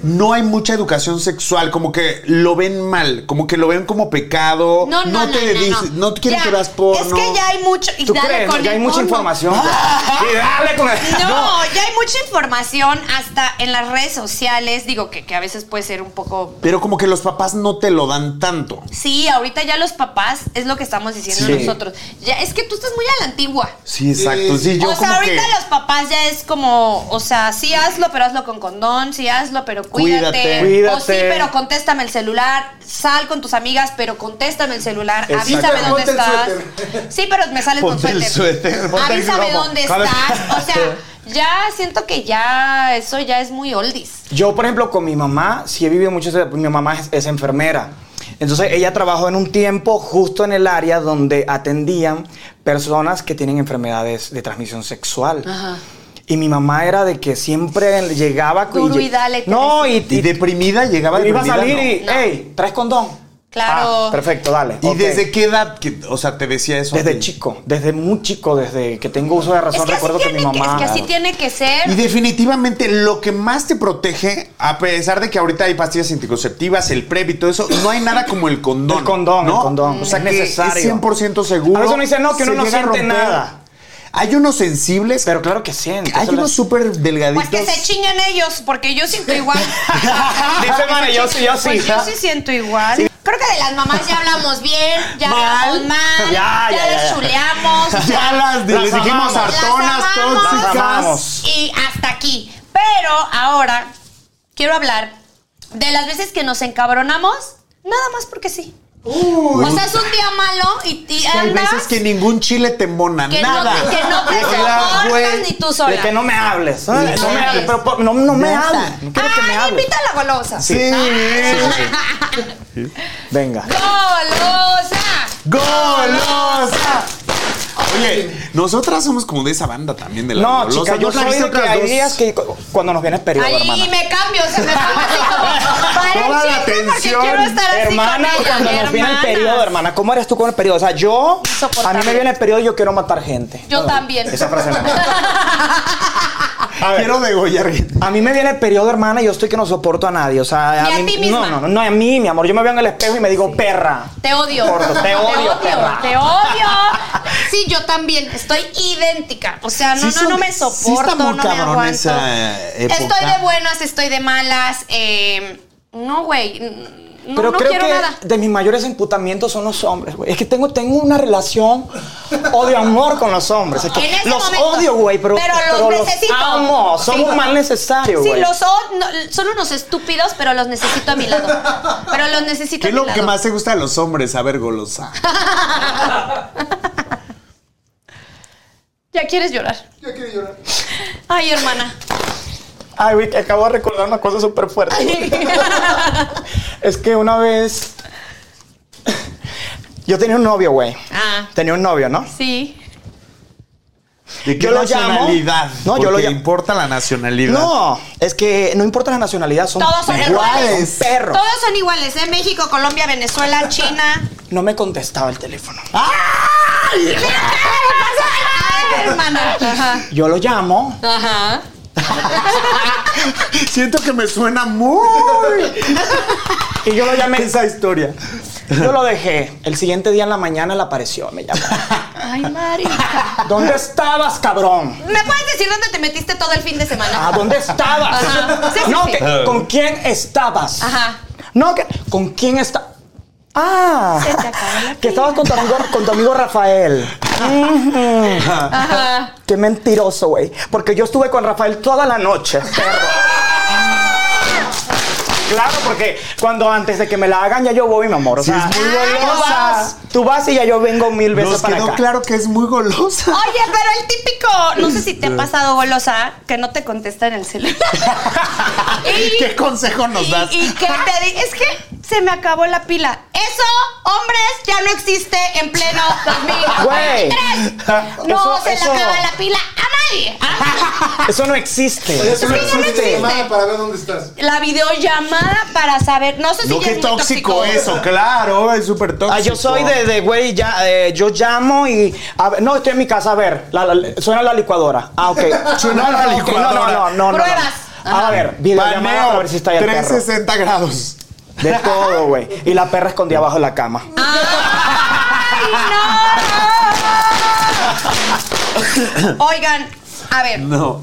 [SPEAKER 2] no hay mucha educación sexual, como que lo ven mal, como que lo ven como pecado.
[SPEAKER 1] No, no, no, no,
[SPEAKER 2] te dediques-
[SPEAKER 1] no.
[SPEAKER 2] no quieren
[SPEAKER 1] Ya,
[SPEAKER 2] que veas porno.
[SPEAKER 1] Es que ya hay mucho. Y
[SPEAKER 3] ¿Tú
[SPEAKER 1] dale
[SPEAKER 3] crees?
[SPEAKER 1] con
[SPEAKER 3] Ya hay
[SPEAKER 1] el
[SPEAKER 3] mucha
[SPEAKER 1] porno.
[SPEAKER 3] información. Y dale con el-
[SPEAKER 1] No, ya hay mucha información hasta en las redes sociales. Digo que, que a veces puede ser un poco.
[SPEAKER 2] Pero como que los papás no te lo dan tanto.
[SPEAKER 1] Sí, ahorita ya los papás es lo que estamos diciendo
[SPEAKER 2] Sí.
[SPEAKER 1] nosotros. Ya, es que tú estás muy a la antigua.
[SPEAKER 2] Sí, exacto. Sí, yo
[SPEAKER 1] o
[SPEAKER 2] como
[SPEAKER 1] sea, ahorita
[SPEAKER 2] que-
[SPEAKER 1] los papás ya es como, o sea, sí hazlo, pero hazlo con condón, sí hazlo, pero cuídate.
[SPEAKER 2] Cuídate.
[SPEAKER 1] O sí,
[SPEAKER 3] Cuídate.
[SPEAKER 1] pero contéstame el celular, sal con tus amigas, pero contéstame el celular,
[SPEAKER 2] Exacto.
[SPEAKER 1] avísame dónde
[SPEAKER 7] Ponte el
[SPEAKER 1] estás.
[SPEAKER 7] suéter.
[SPEAKER 1] Sí, pero me sales
[SPEAKER 2] Ponte
[SPEAKER 1] con
[SPEAKER 2] el suéter, ponte el
[SPEAKER 1] avísame
[SPEAKER 2] globo.
[SPEAKER 1] dónde
[SPEAKER 2] Cada-
[SPEAKER 1] estás. O sea, ya siento que ya eso ya es muy oldies.
[SPEAKER 3] Yo, por ejemplo, con mi mamá, sí he vivido mucho. ese- Mi mamá es, es enfermera. Entonces, ella trabajó en un tiempo justo en el área donde atendían personas que tienen enfermedades de transmisión sexual. Y mi mamá era de que siempre llegaba. con-
[SPEAKER 1] Duro y dale,
[SPEAKER 3] No, y,
[SPEAKER 2] Y deprimida llegaba
[SPEAKER 3] iba a
[SPEAKER 2] deprimida.
[SPEAKER 3] salir
[SPEAKER 2] ¿no?
[SPEAKER 3] y, hey, ¿traes condón?
[SPEAKER 1] Claro.
[SPEAKER 3] Ah, perfecto, dale.
[SPEAKER 2] ¿Y
[SPEAKER 3] ok.
[SPEAKER 2] desde qué edad? que- o sea, te decía eso. a
[SPEAKER 3] Desde
[SPEAKER 2] ti?
[SPEAKER 3] chico, desde muy chico, desde que tengo uso de razón,
[SPEAKER 1] Es que, así
[SPEAKER 3] recuerdo que mi
[SPEAKER 1] tiene que-
[SPEAKER 3] mamá.
[SPEAKER 1] es que así tiene que ser.
[SPEAKER 2] Y definitivamente lo que más te protege, a pesar de que ahorita hay pastillas anticonceptivas, el PrEP y todo eso, no hay nada como el condón.
[SPEAKER 3] El condón,
[SPEAKER 2] ¿no?
[SPEAKER 3] el condón.
[SPEAKER 2] O sea,
[SPEAKER 3] Es
[SPEAKER 2] que
[SPEAKER 3] necesario.
[SPEAKER 2] es 100% seguro.
[SPEAKER 3] A veces uno dice, no, que uno
[SPEAKER 2] Se
[SPEAKER 3] no
[SPEAKER 2] llega a
[SPEAKER 3] siente
[SPEAKER 2] romper.
[SPEAKER 3] nada.
[SPEAKER 2] Hay unos sensibles,
[SPEAKER 3] Pero claro que siente.
[SPEAKER 2] hay
[SPEAKER 3] eso lo
[SPEAKER 2] unos
[SPEAKER 3] es-
[SPEAKER 2] súper delgaditos.
[SPEAKER 1] Pues que se chinguen ellos, porque yo siento igual.
[SPEAKER 3] Dice, "Mane, yo sí, yo sí".
[SPEAKER 1] Pues yo sí siento igual. Creo que de las mamás ya hablamos bien, ya
[SPEAKER 2] Mal.
[SPEAKER 1] hablamos mal,
[SPEAKER 3] Ya,
[SPEAKER 1] ya,
[SPEAKER 3] ya, ya,
[SPEAKER 1] les
[SPEAKER 3] ya.
[SPEAKER 1] chuleamos.
[SPEAKER 2] Ya las,
[SPEAKER 3] Las
[SPEAKER 2] les dijimos
[SPEAKER 3] amamos.
[SPEAKER 2] hartonas,
[SPEAKER 1] Las amamos.
[SPEAKER 2] tóxicas.
[SPEAKER 3] Las amamos.
[SPEAKER 1] Y hasta aquí. Pero ahora quiero hablar de las veces que nos encabronamos, nada más porque sí. o sea, es un día malo y, y
[SPEAKER 2] Que hay
[SPEAKER 1] andas
[SPEAKER 2] veces que ningún chile te mona,
[SPEAKER 1] que no,
[SPEAKER 2] nada.
[SPEAKER 1] te- que no te
[SPEAKER 2] Hola,
[SPEAKER 1] soportas
[SPEAKER 2] güey.
[SPEAKER 1] ni tú
[SPEAKER 3] De
[SPEAKER 1] sola.
[SPEAKER 3] que no me hables. No,
[SPEAKER 1] no
[SPEAKER 3] me
[SPEAKER 1] me
[SPEAKER 3] hables,
[SPEAKER 1] hables.
[SPEAKER 3] pero por- no, no me
[SPEAKER 2] Ya está.
[SPEAKER 3] hables. No quiero que me
[SPEAKER 1] Ay,
[SPEAKER 3] hables.
[SPEAKER 1] invita a la golosa.
[SPEAKER 2] Sí.
[SPEAKER 1] Ah.
[SPEAKER 3] Venga.
[SPEAKER 1] ¡Golosa!
[SPEAKER 2] ¡Golosa! Oye, nosotras somos como de esa banda también de la
[SPEAKER 3] No,
[SPEAKER 2] golosa.
[SPEAKER 3] chica, yo
[SPEAKER 2] ¿No la
[SPEAKER 3] soy
[SPEAKER 2] viste
[SPEAKER 3] de que
[SPEAKER 2] otras
[SPEAKER 3] hay
[SPEAKER 2] dos?
[SPEAKER 3] días que cu- cuando nos viene periodo,
[SPEAKER 1] Ahí
[SPEAKER 3] hermana.
[SPEAKER 1] me cambio, se me pone así como para
[SPEAKER 2] Toda la
[SPEAKER 1] el chisme
[SPEAKER 2] atención,
[SPEAKER 1] porque quiero estar así
[SPEAKER 3] Hermana,
[SPEAKER 1] con ella.
[SPEAKER 3] cuando nos viene el periodo, hermana, ¿cómo eres tú con el periodo? O sea, yo, a mí
[SPEAKER 1] Insoportable.
[SPEAKER 3] me viene el periodo y yo quiero matar gente.
[SPEAKER 1] Yo también.
[SPEAKER 3] Esa frase no. A ver.
[SPEAKER 2] Quiero degollar gente.
[SPEAKER 3] A mí me viene el periodo, hermana, y yo estoy que no soporto a nadie. O sea,
[SPEAKER 1] Ni a
[SPEAKER 3] mí,
[SPEAKER 1] ti misma.
[SPEAKER 3] No, no, no, a mí, mi amor. Yo me veo en el espejo y me digo, perra.
[SPEAKER 1] Te odio.
[SPEAKER 3] Gordo, te odio, perra.
[SPEAKER 1] te odio. Sí, yo también. Estoy idéntica. O sea, no,
[SPEAKER 2] Sí
[SPEAKER 1] no,
[SPEAKER 2] son-
[SPEAKER 1] no me
[SPEAKER 2] sí está
[SPEAKER 1] soporto,
[SPEAKER 2] muy
[SPEAKER 1] no me
[SPEAKER 2] cabrón
[SPEAKER 1] aguanto.
[SPEAKER 2] esa
[SPEAKER 3] eh,
[SPEAKER 2] época.
[SPEAKER 1] Estoy de buenas, estoy de malas. eh, no, güey. n- No,
[SPEAKER 3] Pero
[SPEAKER 1] no
[SPEAKER 3] creo
[SPEAKER 1] quiero
[SPEAKER 3] que
[SPEAKER 1] nada.
[SPEAKER 3] de mis mayores emputamientos son los hombres, güey. Es que tengo, tengo una relación odio amor con los hombres. Es que
[SPEAKER 1] En ese
[SPEAKER 3] los
[SPEAKER 1] momento.
[SPEAKER 3] odio, güey, pero,
[SPEAKER 1] Pero los necesito.
[SPEAKER 3] amo. Somos
[SPEAKER 1] Sí.
[SPEAKER 3] mal necesarios,
[SPEAKER 1] Sí,
[SPEAKER 3] güey.
[SPEAKER 1] los o- no, son unos estúpidos, pero los necesito a mi lado. Pero los necesito
[SPEAKER 2] ¿Qué
[SPEAKER 1] a
[SPEAKER 2] es
[SPEAKER 1] mi
[SPEAKER 2] lo
[SPEAKER 1] lado.
[SPEAKER 2] que más te gusta de los hombres? A ver, golosa.
[SPEAKER 1] Ya quieres llorar.
[SPEAKER 7] Ya quiero llorar.
[SPEAKER 1] Ay, hermana.
[SPEAKER 3] Ay, güey, que acabo de recordar una cosa súper fuerte. es que una vez... Yo tenía un novio, güey.
[SPEAKER 1] Ah.
[SPEAKER 3] Tenía un novio, ¿no?
[SPEAKER 1] Sí.
[SPEAKER 2] ¿De qué
[SPEAKER 3] Yo lo llamo-
[SPEAKER 2] nacionalidad?
[SPEAKER 3] No, yo lo
[SPEAKER 2] Porque
[SPEAKER 3] llamo-
[SPEAKER 2] importa la nacionalidad.
[SPEAKER 3] No, es que no importa la nacionalidad, son
[SPEAKER 1] Todos son
[SPEAKER 3] iguales.
[SPEAKER 1] iguales.
[SPEAKER 3] son perros.
[SPEAKER 1] Todos son iguales, ¿eh? México, Colombia, Venezuela, China.
[SPEAKER 3] No me contestaba el teléfono.
[SPEAKER 1] Ay, hermana. Ajá.
[SPEAKER 3] Yo lo llamo,
[SPEAKER 1] Ajá.
[SPEAKER 2] Siento que me suena muy
[SPEAKER 3] Y yo lo llamé.
[SPEAKER 2] esa historia.
[SPEAKER 3] Yo lo dejé. El siguiente día en la mañana él apareció, me llamó.
[SPEAKER 1] Ay, marica.
[SPEAKER 3] ¿Dónde estabas, cabrón?
[SPEAKER 1] ¿Me puedes decir dónde te metiste todo el fin de semana?
[SPEAKER 3] Ah, ¿dónde estabas?
[SPEAKER 1] Ajá. Sí, sí,
[SPEAKER 3] no,
[SPEAKER 1] sí.
[SPEAKER 3] que- ¿con quién estabas?
[SPEAKER 1] Ajá.
[SPEAKER 3] No, que, ¿con quién está? Ah,
[SPEAKER 1] Se te acabó la
[SPEAKER 3] que estabas con tu amigo, con tu amigo Rafael.
[SPEAKER 1] Ajá.
[SPEAKER 3] Qué mentiroso, güey. Porque yo estuve con Rafael toda la noche. perro. Claro, porque cuando antes de que me la hagan ya yo voy, mi amor. O
[SPEAKER 2] Sí,
[SPEAKER 3] sea,
[SPEAKER 2] es muy
[SPEAKER 3] tú
[SPEAKER 2] golosa.
[SPEAKER 3] vas, tú vas y ya yo vengo mil veces
[SPEAKER 2] Nos
[SPEAKER 3] para
[SPEAKER 2] quedó
[SPEAKER 3] acá.
[SPEAKER 2] claro que es muy golosa.
[SPEAKER 1] Oye, pero el típico, no sé si te ha pasado golosa, que no te contesta en el celular. Ah, Y-
[SPEAKER 2] ¿Qué consejo nos
[SPEAKER 1] y-
[SPEAKER 2] das?
[SPEAKER 1] Y que te di- es que se me acabó la pila. Eso, hombres, ya no existe en pleno 2023.
[SPEAKER 3] Güey.
[SPEAKER 1] No
[SPEAKER 3] Eso-
[SPEAKER 1] se
[SPEAKER 3] eso-
[SPEAKER 1] le acaba la pila a nadie. ¿ah?
[SPEAKER 3] Eso no existe.
[SPEAKER 7] Oye, tú
[SPEAKER 1] que
[SPEAKER 7] me
[SPEAKER 1] ya no
[SPEAKER 7] hiciste
[SPEAKER 1] existe.
[SPEAKER 7] llamada para ver dónde estás.
[SPEAKER 1] La videollamada para saber, no sé si
[SPEAKER 2] No,
[SPEAKER 1] ya
[SPEAKER 2] qué
[SPEAKER 1] es muy
[SPEAKER 2] tóxico eso, claro, es súper tóxico.
[SPEAKER 3] Ah, yo soy de, de, güey, ya, eh, yo llamo y, a ver, no, estoy en mi casa, a ver, la- la- suena la licuadora. Ah, ok.
[SPEAKER 2] Suena
[SPEAKER 3] No, no,
[SPEAKER 2] la
[SPEAKER 3] ok,
[SPEAKER 2] licuadora.
[SPEAKER 3] No, no, no, no, no, no.
[SPEAKER 1] Pruebas.
[SPEAKER 3] A ver, videollamada
[SPEAKER 2] Paneo,
[SPEAKER 3] para ver si está ahí el perro.
[SPEAKER 2] 360 grados.
[SPEAKER 3] De todo, güey. Y la perra escondida abajo de la cama.
[SPEAKER 1] ¡Ay, no! Oigan, a ver,
[SPEAKER 2] No.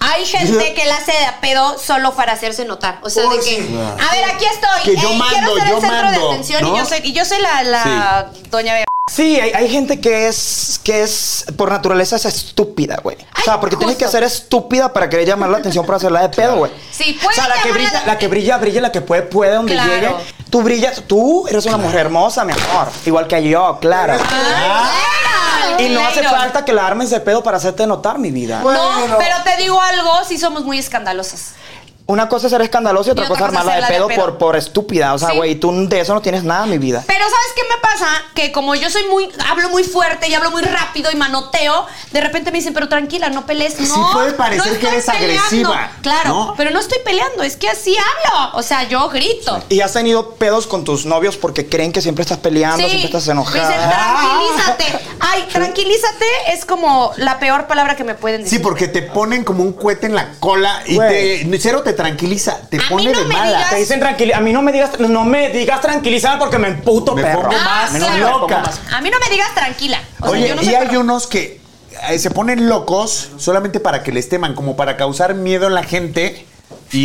[SPEAKER 1] hay gente que la hace de a pedo solo para hacerse notar. O sea, de
[SPEAKER 7] Uy,
[SPEAKER 1] que,
[SPEAKER 7] sí.
[SPEAKER 1] a ver, aquí estoy.
[SPEAKER 2] Oh, Que yo
[SPEAKER 1] Ey,
[SPEAKER 2] mando,
[SPEAKER 1] quiero ser
[SPEAKER 2] yo
[SPEAKER 1] el centro
[SPEAKER 2] mando,
[SPEAKER 1] de atención
[SPEAKER 2] ¿no?
[SPEAKER 1] y yo soy, y yo soy la, la doña de...
[SPEAKER 3] Sí, hay, hay gente que es, que es, por naturaleza es estúpida, güey. O sea,
[SPEAKER 1] Ay,
[SPEAKER 3] porque tienes que
[SPEAKER 1] justo.
[SPEAKER 3] ser estúpida para querer llamar la atención para hacerla de pedo, güey.
[SPEAKER 1] Sí, puede
[SPEAKER 3] O sea, la que,
[SPEAKER 1] llamar la
[SPEAKER 3] brilla,
[SPEAKER 1] atención.
[SPEAKER 3] la que brilla, brilla, la que puede, puede, donde
[SPEAKER 1] Claro.
[SPEAKER 3] llegue. Tú brillas, tú eres una mujer hermosa, mi amor. Igual que yo, claro.
[SPEAKER 1] Ah,
[SPEAKER 2] Ah.
[SPEAKER 3] Y no hace
[SPEAKER 1] Claro.
[SPEAKER 3] falta que la armes de pedo para hacerte notar mi vida.
[SPEAKER 1] No,
[SPEAKER 7] Bueno.
[SPEAKER 1] pero te digo algo, sí somos muy escandalosas.
[SPEAKER 3] Una cosa es ser escandaloso y otra
[SPEAKER 1] Y
[SPEAKER 3] cosa es armarla de pedo, Por, por estúpida. O sea,
[SPEAKER 1] Sí.
[SPEAKER 3] güey, tú de eso no tienes nada, mi vida.
[SPEAKER 1] Pero ¿sabes qué me pasa? Que como yo soy muy, hablo muy fuerte y hablo muy rápido y manoteo, de repente me dicen, pero tranquila, no pelees, no.
[SPEAKER 2] Sí puede parecer
[SPEAKER 1] no estoy
[SPEAKER 2] que eres
[SPEAKER 1] peleando".
[SPEAKER 2] agresiva,
[SPEAKER 1] Claro,
[SPEAKER 2] ¿no?
[SPEAKER 1] pero no estoy peleando, es que así hablo. O sea, yo grito.
[SPEAKER 3] Y has tenido pedos con tus novios porque creen que siempre estás peleando, siempre estás
[SPEAKER 1] Me dicen,
[SPEAKER 3] enojada.
[SPEAKER 1] tranquilízate. Ay, tranquilízate es como la peor palabra que me pueden
[SPEAKER 2] Sí,
[SPEAKER 1] decir.
[SPEAKER 2] porque te ponen como un cohete en la cola y
[SPEAKER 3] Güey.
[SPEAKER 2] te, cero te tranquiliza, te
[SPEAKER 1] A mí
[SPEAKER 2] pone
[SPEAKER 1] no
[SPEAKER 2] de
[SPEAKER 1] me
[SPEAKER 2] mala.
[SPEAKER 3] Te dicen tranquila, a mí no me digas, no me digas tranquilizada porque me emputo,
[SPEAKER 2] Me
[SPEAKER 3] perro.
[SPEAKER 2] pongo
[SPEAKER 1] Ah,
[SPEAKER 2] más
[SPEAKER 1] claro.
[SPEAKER 2] loca.
[SPEAKER 1] A mí no me digas tranquila. O sea,
[SPEAKER 2] Oye,
[SPEAKER 1] yo no
[SPEAKER 2] y
[SPEAKER 1] soy
[SPEAKER 2] hay
[SPEAKER 1] perro.
[SPEAKER 2] unos que eh, se ponen locos solamente para que les teman, como para causar miedo en la gente,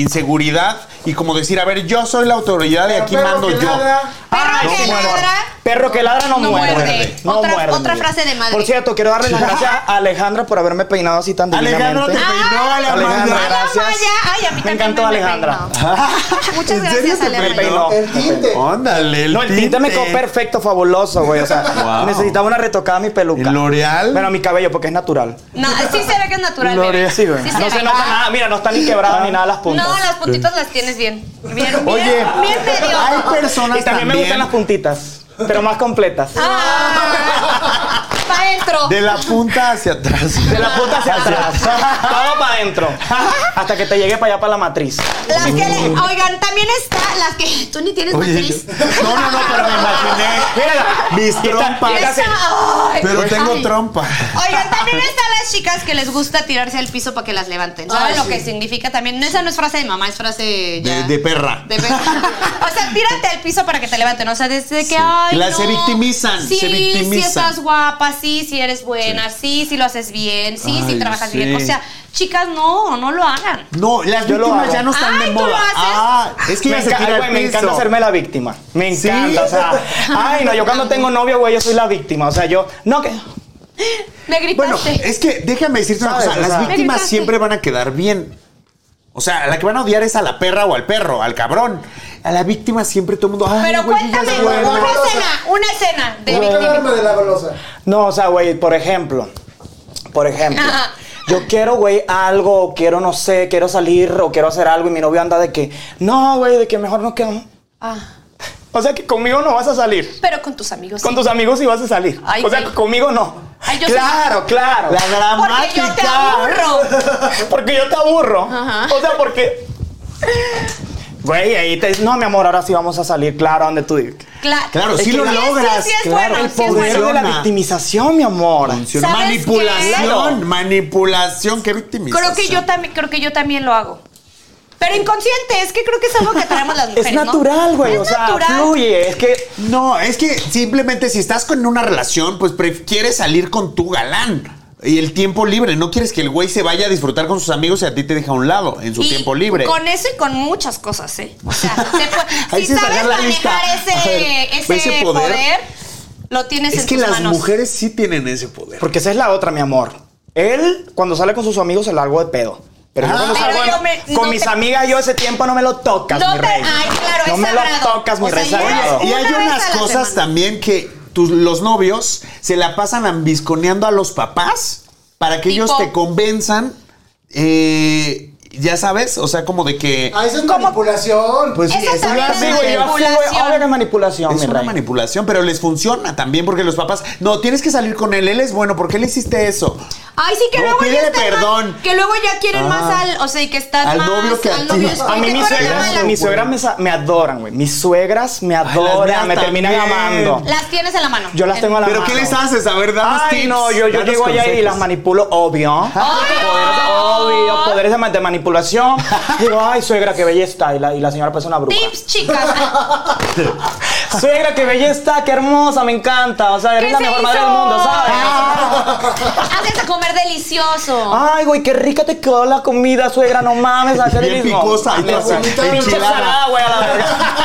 [SPEAKER 2] inseguridad y como decir, a ver, yo soy la autoridad y
[SPEAKER 7] Pero
[SPEAKER 2] aquí
[SPEAKER 7] perro
[SPEAKER 2] mando
[SPEAKER 7] que
[SPEAKER 2] yo. Ah,
[SPEAKER 7] ladra.
[SPEAKER 1] Perro
[SPEAKER 3] Ay,
[SPEAKER 1] que
[SPEAKER 3] no muerde.
[SPEAKER 1] ladra.
[SPEAKER 3] Perro que ladra no,
[SPEAKER 1] No
[SPEAKER 3] muerde.
[SPEAKER 1] muerde.
[SPEAKER 3] No
[SPEAKER 1] Otra-
[SPEAKER 3] muerde,
[SPEAKER 1] otra
[SPEAKER 3] mi vida.
[SPEAKER 1] frase de madre.
[SPEAKER 3] Por cierto, quiero darle las gracias a Alejandra por haberme peinado así tan
[SPEAKER 2] Alejandra,
[SPEAKER 3] divinamente.
[SPEAKER 2] te
[SPEAKER 1] Ah,
[SPEAKER 2] peinó a la
[SPEAKER 3] Alejandra,
[SPEAKER 2] Maya.
[SPEAKER 3] gracias.
[SPEAKER 1] Maya. Ay, a mí
[SPEAKER 3] me
[SPEAKER 1] también
[SPEAKER 3] encantó
[SPEAKER 1] me
[SPEAKER 3] Alejandra.
[SPEAKER 1] Muchas
[SPEAKER 2] ¿En serio
[SPEAKER 1] gracias,
[SPEAKER 2] te
[SPEAKER 1] Ale.
[SPEAKER 3] peinó?
[SPEAKER 7] El tinte.
[SPEAKER 2] Óndale, el
[SPEAKER 3] No, el tinte me quedó perfecto, fabuloso, güey. O sea,
[SPEAKER 2] Wow.
[SPEAKER 3] necesitaba una retocada a mi peluca.
[SPEAKER 2] ¿El L'Oreal?
[SPEAKER 3] Bueno, a mi cabello, porque es natural.
[SPEAKER 1] No, sí se ve que es natural. bebé.
[SPEAKER 3] Sí, güey.
[SPEAKER 1] Sí
[SPEAKER 3] no se
[SPEAKER 1] ve.
[SPEAKER 3] nota nada. Mira, no está ni quebrada
[SPEAKER 2] Ah.
[SPEAKER 3] ni nada las puntas.
[SPEAKER 1] No, las puntitas las tienes bien. Bien, bien,
[SPEAKER 2] Oye,
[SPEAKER 1] bien medio.
[SPEAKER 2] hay personas
[SPEAKER 3] y también, me gustan las puntitas, pero más completas.
[SPEAKER 1] Ah, pa' dentro.
[SPEAKER 2] de la punta hacia atrás.
[SPEAKER 3] De la punta hacia atrás. Todo para adentro. Hasta que te llegue para allá para la matriz.
[SPEAKER 4] Las que le, oigan, también está las que tú ni tienes
[SPEAKER 2] Mm. Oye,
[SPEAKER 4] matriz.
[SPEAKER 2] yo- no, no, no, pero me imaginé.
[SPEAKER 3] Mírala.
[SPEAKER 2] Mis
[SPEAKER 3] Esta-
[SPEAKER 2] trompas.
[SPEAKER 3] esta se-
[SPEAKER 4] Esa- ay.
[SPEAKER 1] Pues
[SPEAKER 2] Pero tengo
[SPEAKER 4] Ay.
[SPEAKER 2] trompa.
[SPEAKER 1] Oigan, también están las chicas que les gusta tirarse al piso para que las levanten. ¿Saben
[SPEAKER 4] Ay,
[SPEAKER 1] lo
[SPEAKER 4] sí.
[SPEAKER 1] que significa también? No, esa no es frase de mamá, es frase ya.
[SPEAKER 2] De, de perra.
[SPEAKER 1] De pe- o sea, tírate al piso para que te levanten. O sea, desde que ay.
[SPEAKER 2] Las
[SPEAKER 1] no.
[SPEAKER 2] se victimizan,
[SPEAKER 1] Sí,
[SPEAKER 2] se
[SPEAKER 1] si
[SPEAKER 2] victimizan.
[SPEAKER 1] estás guapa, sí, si eres buena, sí, si lo haces bien, sí,
[SPEAKER 2] Ay,
[SPEAKER 1] si trabajas
[SPEAKER 2] sí.
[SPEAKER 1] bien. O sea, chicas, no, no lo hagan.
[SPEAKER 2] No, las
[SPEAKER 3] Yo lo
[SPEAKER 2] víctimas
[SPEAKER 3] hago.
[SPEAKER 2] ya no están
[SPEAKER 1] Ay,
[SPEAKER 2] de
[SPEAKER 1] ¿tú lo
[SPEAKER 2] moda.
[SPEAKER 1] haces?
[SPEAKER 2] Ah, es que
[SPEAKER 3] me,
[SPEAKER 2] ya se
[SPEAKER 3] enca-
[SPEAKER 2] tira
[SPEAKER 3] ay,
[SPEAKER 2] al
[SPEAKER 3] güey, me encanta
[SPEAKER 2] piso.
[SPEAKER 3] hacerme la víctima. Me
[SPEAKER 2] ¿Sí?
[SPEAKER 3] encanta, o sea. Ay, no, yo cuando tengo novio, güey, yo soy la víctima. O sea, yo. No, que.
[SPEAKER 1] Me
[SPEAKER 2] Bueno, eh,
[SPEAKER 1] gritaste.
[SPEAKER 2] es que déjame decirte una
[SPEAKER 3] ¿Sabes?
[SPEAKER 2] cosa,
[SPEAKER 3] O sea,
[SPEAKER 2] las
[SPEAKER 3] Me
[SPEAKER 2] víctimas
[SPEAKER 1] gritaste.
[SPEAKER 2] siempre van a quedar bien. O sea, a la que van a odiar es a la perra o al perro, al cabrón. A la víctima siempre todo el mundo. Ay,
[SPEAKER 1] Pero
[SPEAKER 2] güey, ya
[SPEAKER 1] cuéntame,
[SPEAKER 2] se fue".
[SPEAKER 7] bueno.
[SPEAKER 1] una escena, una escena de
[SPEAKER 7] ¿Por qué
[SPEAKER 1] víctima.
[SPEAKER 7] hablarme de la golosa?
[SPEAKER 3] No, o sea, güey, por ejemplo. Por ejemplo.
[SPEAKER 1] Ajá.
[SPEAKER 3] Yo quiero, güey, algo, quiero, no sé, quiero salir o quiero hacer algo y mi novio anda de que, no, güey, de que mejor no quedamos.
[SPEAKER 1] Ah,
[SPEAKER 3] O sea, que conmigo no vas a salir.
[SPEAKER 1] pero con tus amigos.
[SPEAKER 3] Con
[SPEAKER 1] sí.
[SPEAKER 3] tus amigos sí vas a salir.
[SPEAKER 1] Ay,
[SPEAKER 3] o sea,
[SPEAKER 1] güey.
[SPEAKER 3] conmigo no.
[SPEAKER 1] Ay, yo sí.
[SPEAKER 3] claro, claro.
[SPEAKER 2] La
[SPEAKER 1] Porque yo te
[SPEAKER 2] dramática.
[SPEAKER 1] aburro.
[SPEAKER 3] Porque yo te aburro.
[SPEAKER 1] Ajá.
[SPEAKER 3] O sea, porque. Güey, ahí te no, mi amor, ahora sí vamos a salir, claro, donde tú digas.
[SPEAKER 1] Cla-
[SPEAKER 2] Claro,
[SPEAKER 1] Es
[SPEAKER 2] sí
[SPEAKER 1] que
[SPEAKER 2] lo
[SPEAKER 1] sí,
[SPEAKER 2] logras.
[SPEAKER 1] Sí, sí es
[SPEAKER 2] claro.
[SPEAKER 1] bueno,
[SPEAKER 3] el
[SPEAKER 1] sí es
[SPEAKER 3] poder
[SPEAKER 1] bueno.
[SPEAKER 3] de la
[SPEAKER 2] Funciona.
[SPEAKER 3] victimización, mi amor.
[SPEAKER 2] Funciona.
[SPEAKER 1] ¿Sabes
[SPEAKER 2] Manipulación,
[SPEAKER 3] qué?
[SPEAKER 2] manipulación, qué víctima.
[SPEAKER 1] Creo que yo también, creo que yo también lo hago. Pero inconsciente, es que creo que es algo que traemos las mujeres.
[SPEAKER 3] Es
[SPEAKER 1] ¿no?
[SPEAKER 3] natural, güey.
[SPEAKER 1] Es
[SPEAKER 3] O sea,
[SPEAKER 1] natural.
[SPEAKER 3] fluye. Es que.
[SPEAKER 2] No, es que simplemente si estás con una relación, pues prefieres salir con tu galán. Y el tiempo libre, no quieres que el güey se vaya a disfrutar con sus amigos y a ti te deja a un lado en su
[SPEAKER 1] Y
[SPEAKER 2] tiempo libre.
[SPEAKER 1] Con eso y con muchas cosas, ¿eh? O sea, se puede-
[SPEAKER 2] Ahí
[SPEAKER 1] si
[SPEAKER 2] sí sacar
[SPEAKER 1] sabes
[SPEAKER 2] la
[SPEAKER 1] manejar
[SPEAKER 2] lista. A ver,
[SPEAKER 1] ese, ese,
[SPEAKER 2] ese poder.
[SPEAKER 1] poder, lo tienes
[SPEAKER 2] es
[SPEAKER 1] en
[SPEAKER 2] que
[SPEAKER 1] tus
[SPEAKER 2] las
[SPEAKER 1] manos.
[SPEAKER 2] mujeres sí tienen ese poder.
[SPEAKER 3] Porque esa es la otra, mi amor. Él, cuando sale con sus amigos, se lo hago de pedo. Pero yo
[SPEAKER 2] Ah.
[SPEAKER 3] cuando
[SPEAKER 1] Pero
[SPEAKER 3] salgo
[SPEAKER 1] yo
[SPEAKER 3] en-
[SPEAKER 1] me-
[SPEAKER 3] con
[SPEAKER 1] no
[SPEAKER 3] mis
[SPEAKER 1] te-
[SPEAKER 3] amigas, yo ese tiempo no me lo tocas,
[SPEAKER 1] No
[SPEAKER 3] mi
[SPEAKER 1] te-
[SPEAKER 3] rey.
[SPEAKER 1] ay, claro,
[SPEAKER 3] No
[SPEAKER 1] es
[SPEAKER 3] me lo
[SPEAKER 1] sagrado.
[SPEAKER 3] tocas, mi
[SPEAKER 1] O
[SPEAKER 3] rey.
[SPEAKER 1] sea, yo-
[SPEAKER 3] sagrado.
[SPEAKER 2] Y hay
[SPEAKER 1] Una vez
[SPEAKER 2] unas
[SPEAKER 1] a la
[SPEAKER 2] cosas
[SPEAKER 1] semana.
[SPEAKER 2] también que tus, los novios se la pasan ambisconeando a los papás para que ellos
[SPEAKER 1] Tipo.
[SPEAKER 2] te convenzan, eh, ya sabes, o sea, como de que...
[SPEAKER 7] Ah, esa es manipulación.
[SPEAKER 2] Pues sí,
[SPEAKER 1] Eso
[SPEAKER 2] es-
[SPEAKER 1] también
[SPEAKER 3] Yo
[SPEAKER 1] es
[SPEAKER 3] así, güey, yo así, güey,
[SPEAKER 1] manipulación.
[SPEAKER 3] obvio que es manipulación,
[SPEAKER 2] Es
[SPEAKER 3] mi
[SPEAKER 2] una
[SPEAKER 3] rey.
[SPEAKER 2] manipulación, pero les funciona también porque los papás, no, tienes que salir con él, él es bueno, ¿por qué le hiciste eso?
[SPEAKER 1] Ay, sí, que
[SPEAKER 2] No,
[SPEAKER 1] luego
[SPEAKER 2] pídele
[SPEAKER 1] ya están
[SPEAKER 2] perdón.
[SPEAKER 1] más- que luego ya quieren
[SPEAKER 2] Ah.
[SPEAKER 1] más al, o sea, y que estás
[SPEAKER 2] Al
[SPEAKER 1] más
[SPEAKER 2] novio que a
[SPEAKER 1] al
[SPEAKER 2] ti.
[SPEAKER 1] novio.
[SPEAKER 3] A
[SPEAKER 1] Ay,
[SPEAKER 3] mí
[SPEAKER 1] que
[SPEAKER 3] mis
[SPEAKER 1] tú eres la
[SPEAKER 3] suegras,
[SPEAKER 1] mala.
[SPEAKER 3] mis suegras me, sa- me adoran, güey. Mis suegras me
[SPEAKER 2] las
[SPEAKER 3] adoran,
[SPEAKER 2] mías
[SPEAKER 3] me terminan
[SPEAKER 2] también.
[SPEAKER 3] amando.
[SPEAKER 1] Las tienes en la mano.
[SPEAKER 3] Yo las tengo a la
[SPEAKER 2] ¿Pero
[SPEAKER 3] mano.
[SPEAKER 2] qué les haces? A ver, danos
[SPEAKER 3] Ah, Ay,
[SPEAKER 2] tips,
[SPEAKER 3] no, yo, yo
[SPEAKER 2] danos
[SPEAKER 3] llego allá y
[SPEAKER 2] consejos.
[SPEAKER 3] las manipulo, obvio. Poderes, obvio, poderes de, ma- de manipulación. Digo, ay, suegra, qué bella está. Y la, y la señora parece una bruja.
[SPEAKER 1] Tips, chicas.
[SPEAKER 3] Suegra, qué bella está, qué hermosa, me encanta. O sea, eres
[SPEAKER 1] ¿Qué
[SPEAKER 3] la
[SPEAKER 1] se
[SPEAKER 3] mejor
[SPEAKER 1] hizo? Ah.
[SPEAKER 3] madre del mundo, ¿sabes?
[SPEAKER 1] Haces a comer delicioso.
[SPEAKER 3] Ay, güey, qué rica te quedó la comida, suegra, no mames, hacer
[SPEAKER 2] Bien picosa, y todas enchiladas.
[SPEAKER 3] güey, a la verga.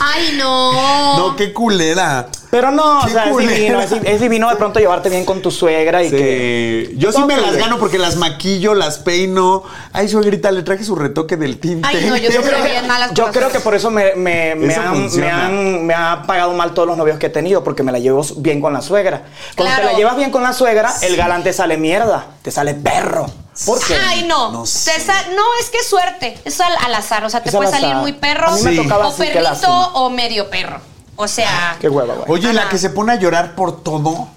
[SPEAKER 1] Ay, no.
[SPEAKER 2] No, qué culera.
[SPEAKER 3] Pero no, o
[SPEAKER 2] Qué
[SPEAKER 3] sea, es
[SPEAKER 2] culera.
[SPEAKER 3] divino, es, es divino de pronto llevarte bien con tu suegra y
[SPEAKER 2] Sí,
[SPEAKER 3] que.
[SPEAKER 2] Yo sí me
[SPEAKER 3] Tócale.
[SPEAKER 2] las gano porque las maquillo, las peino. Ay, suegrita, le traje su retoque del tinte.
[SPEAKER 1] Ay, no, yo
[SPEAKER 3] Yo
[SPEAKER 1] soy
[SPEAKER 3] creo,
[SPEAKER 1] bien mala.
[SPEAKER 3] yo creo que por eso me, me, me
[SPEAKER 2] Eso
[SPEAKER 3] han, me,
[SPEAKER 2] funciona.
[SPEAKER 3] han, me ha pagado mal todos los novios que he tenido, porque me la llevo bien con la suegra. Cuando te
[SPEAKER 1] Claro.
[SPEAKER 3] la llevas bien con la suegra, el galán te sale mierda, te sale perro. ¿Por qué?
[SPEAKER 1] Ay, no.
[SPEAKER 2] No
[SPEAKER 1] No,
[SPEAKER 2] sé.
[SPEAKER 1] no, es que es suerte. Es al, al azar. O sea, te
[SPEAKER 3] Es al
[SPEAKER 1] puede
[SPEAKER 3] azar.
[SPEAKER 1] salir muy perro,
[SPEAKER 3] A mí
[SPEAKER 2] me Sí.
[SPEAKER 3] tocaba
[SPEAKER 1] o
[SPEAKER 3] así, qué
[SPEAKER 1] perrito,
[SPEAKER 3] lástima. Ah,
[SPEAKER 1] o medio perro. O sea,
[SPEAKER 3] Qué hueva, güey.
[SPEAKER 2] Oye, la
[SPEAKER 1] Ajá.
[SPEAKER 2] que se pone a llorar por todo.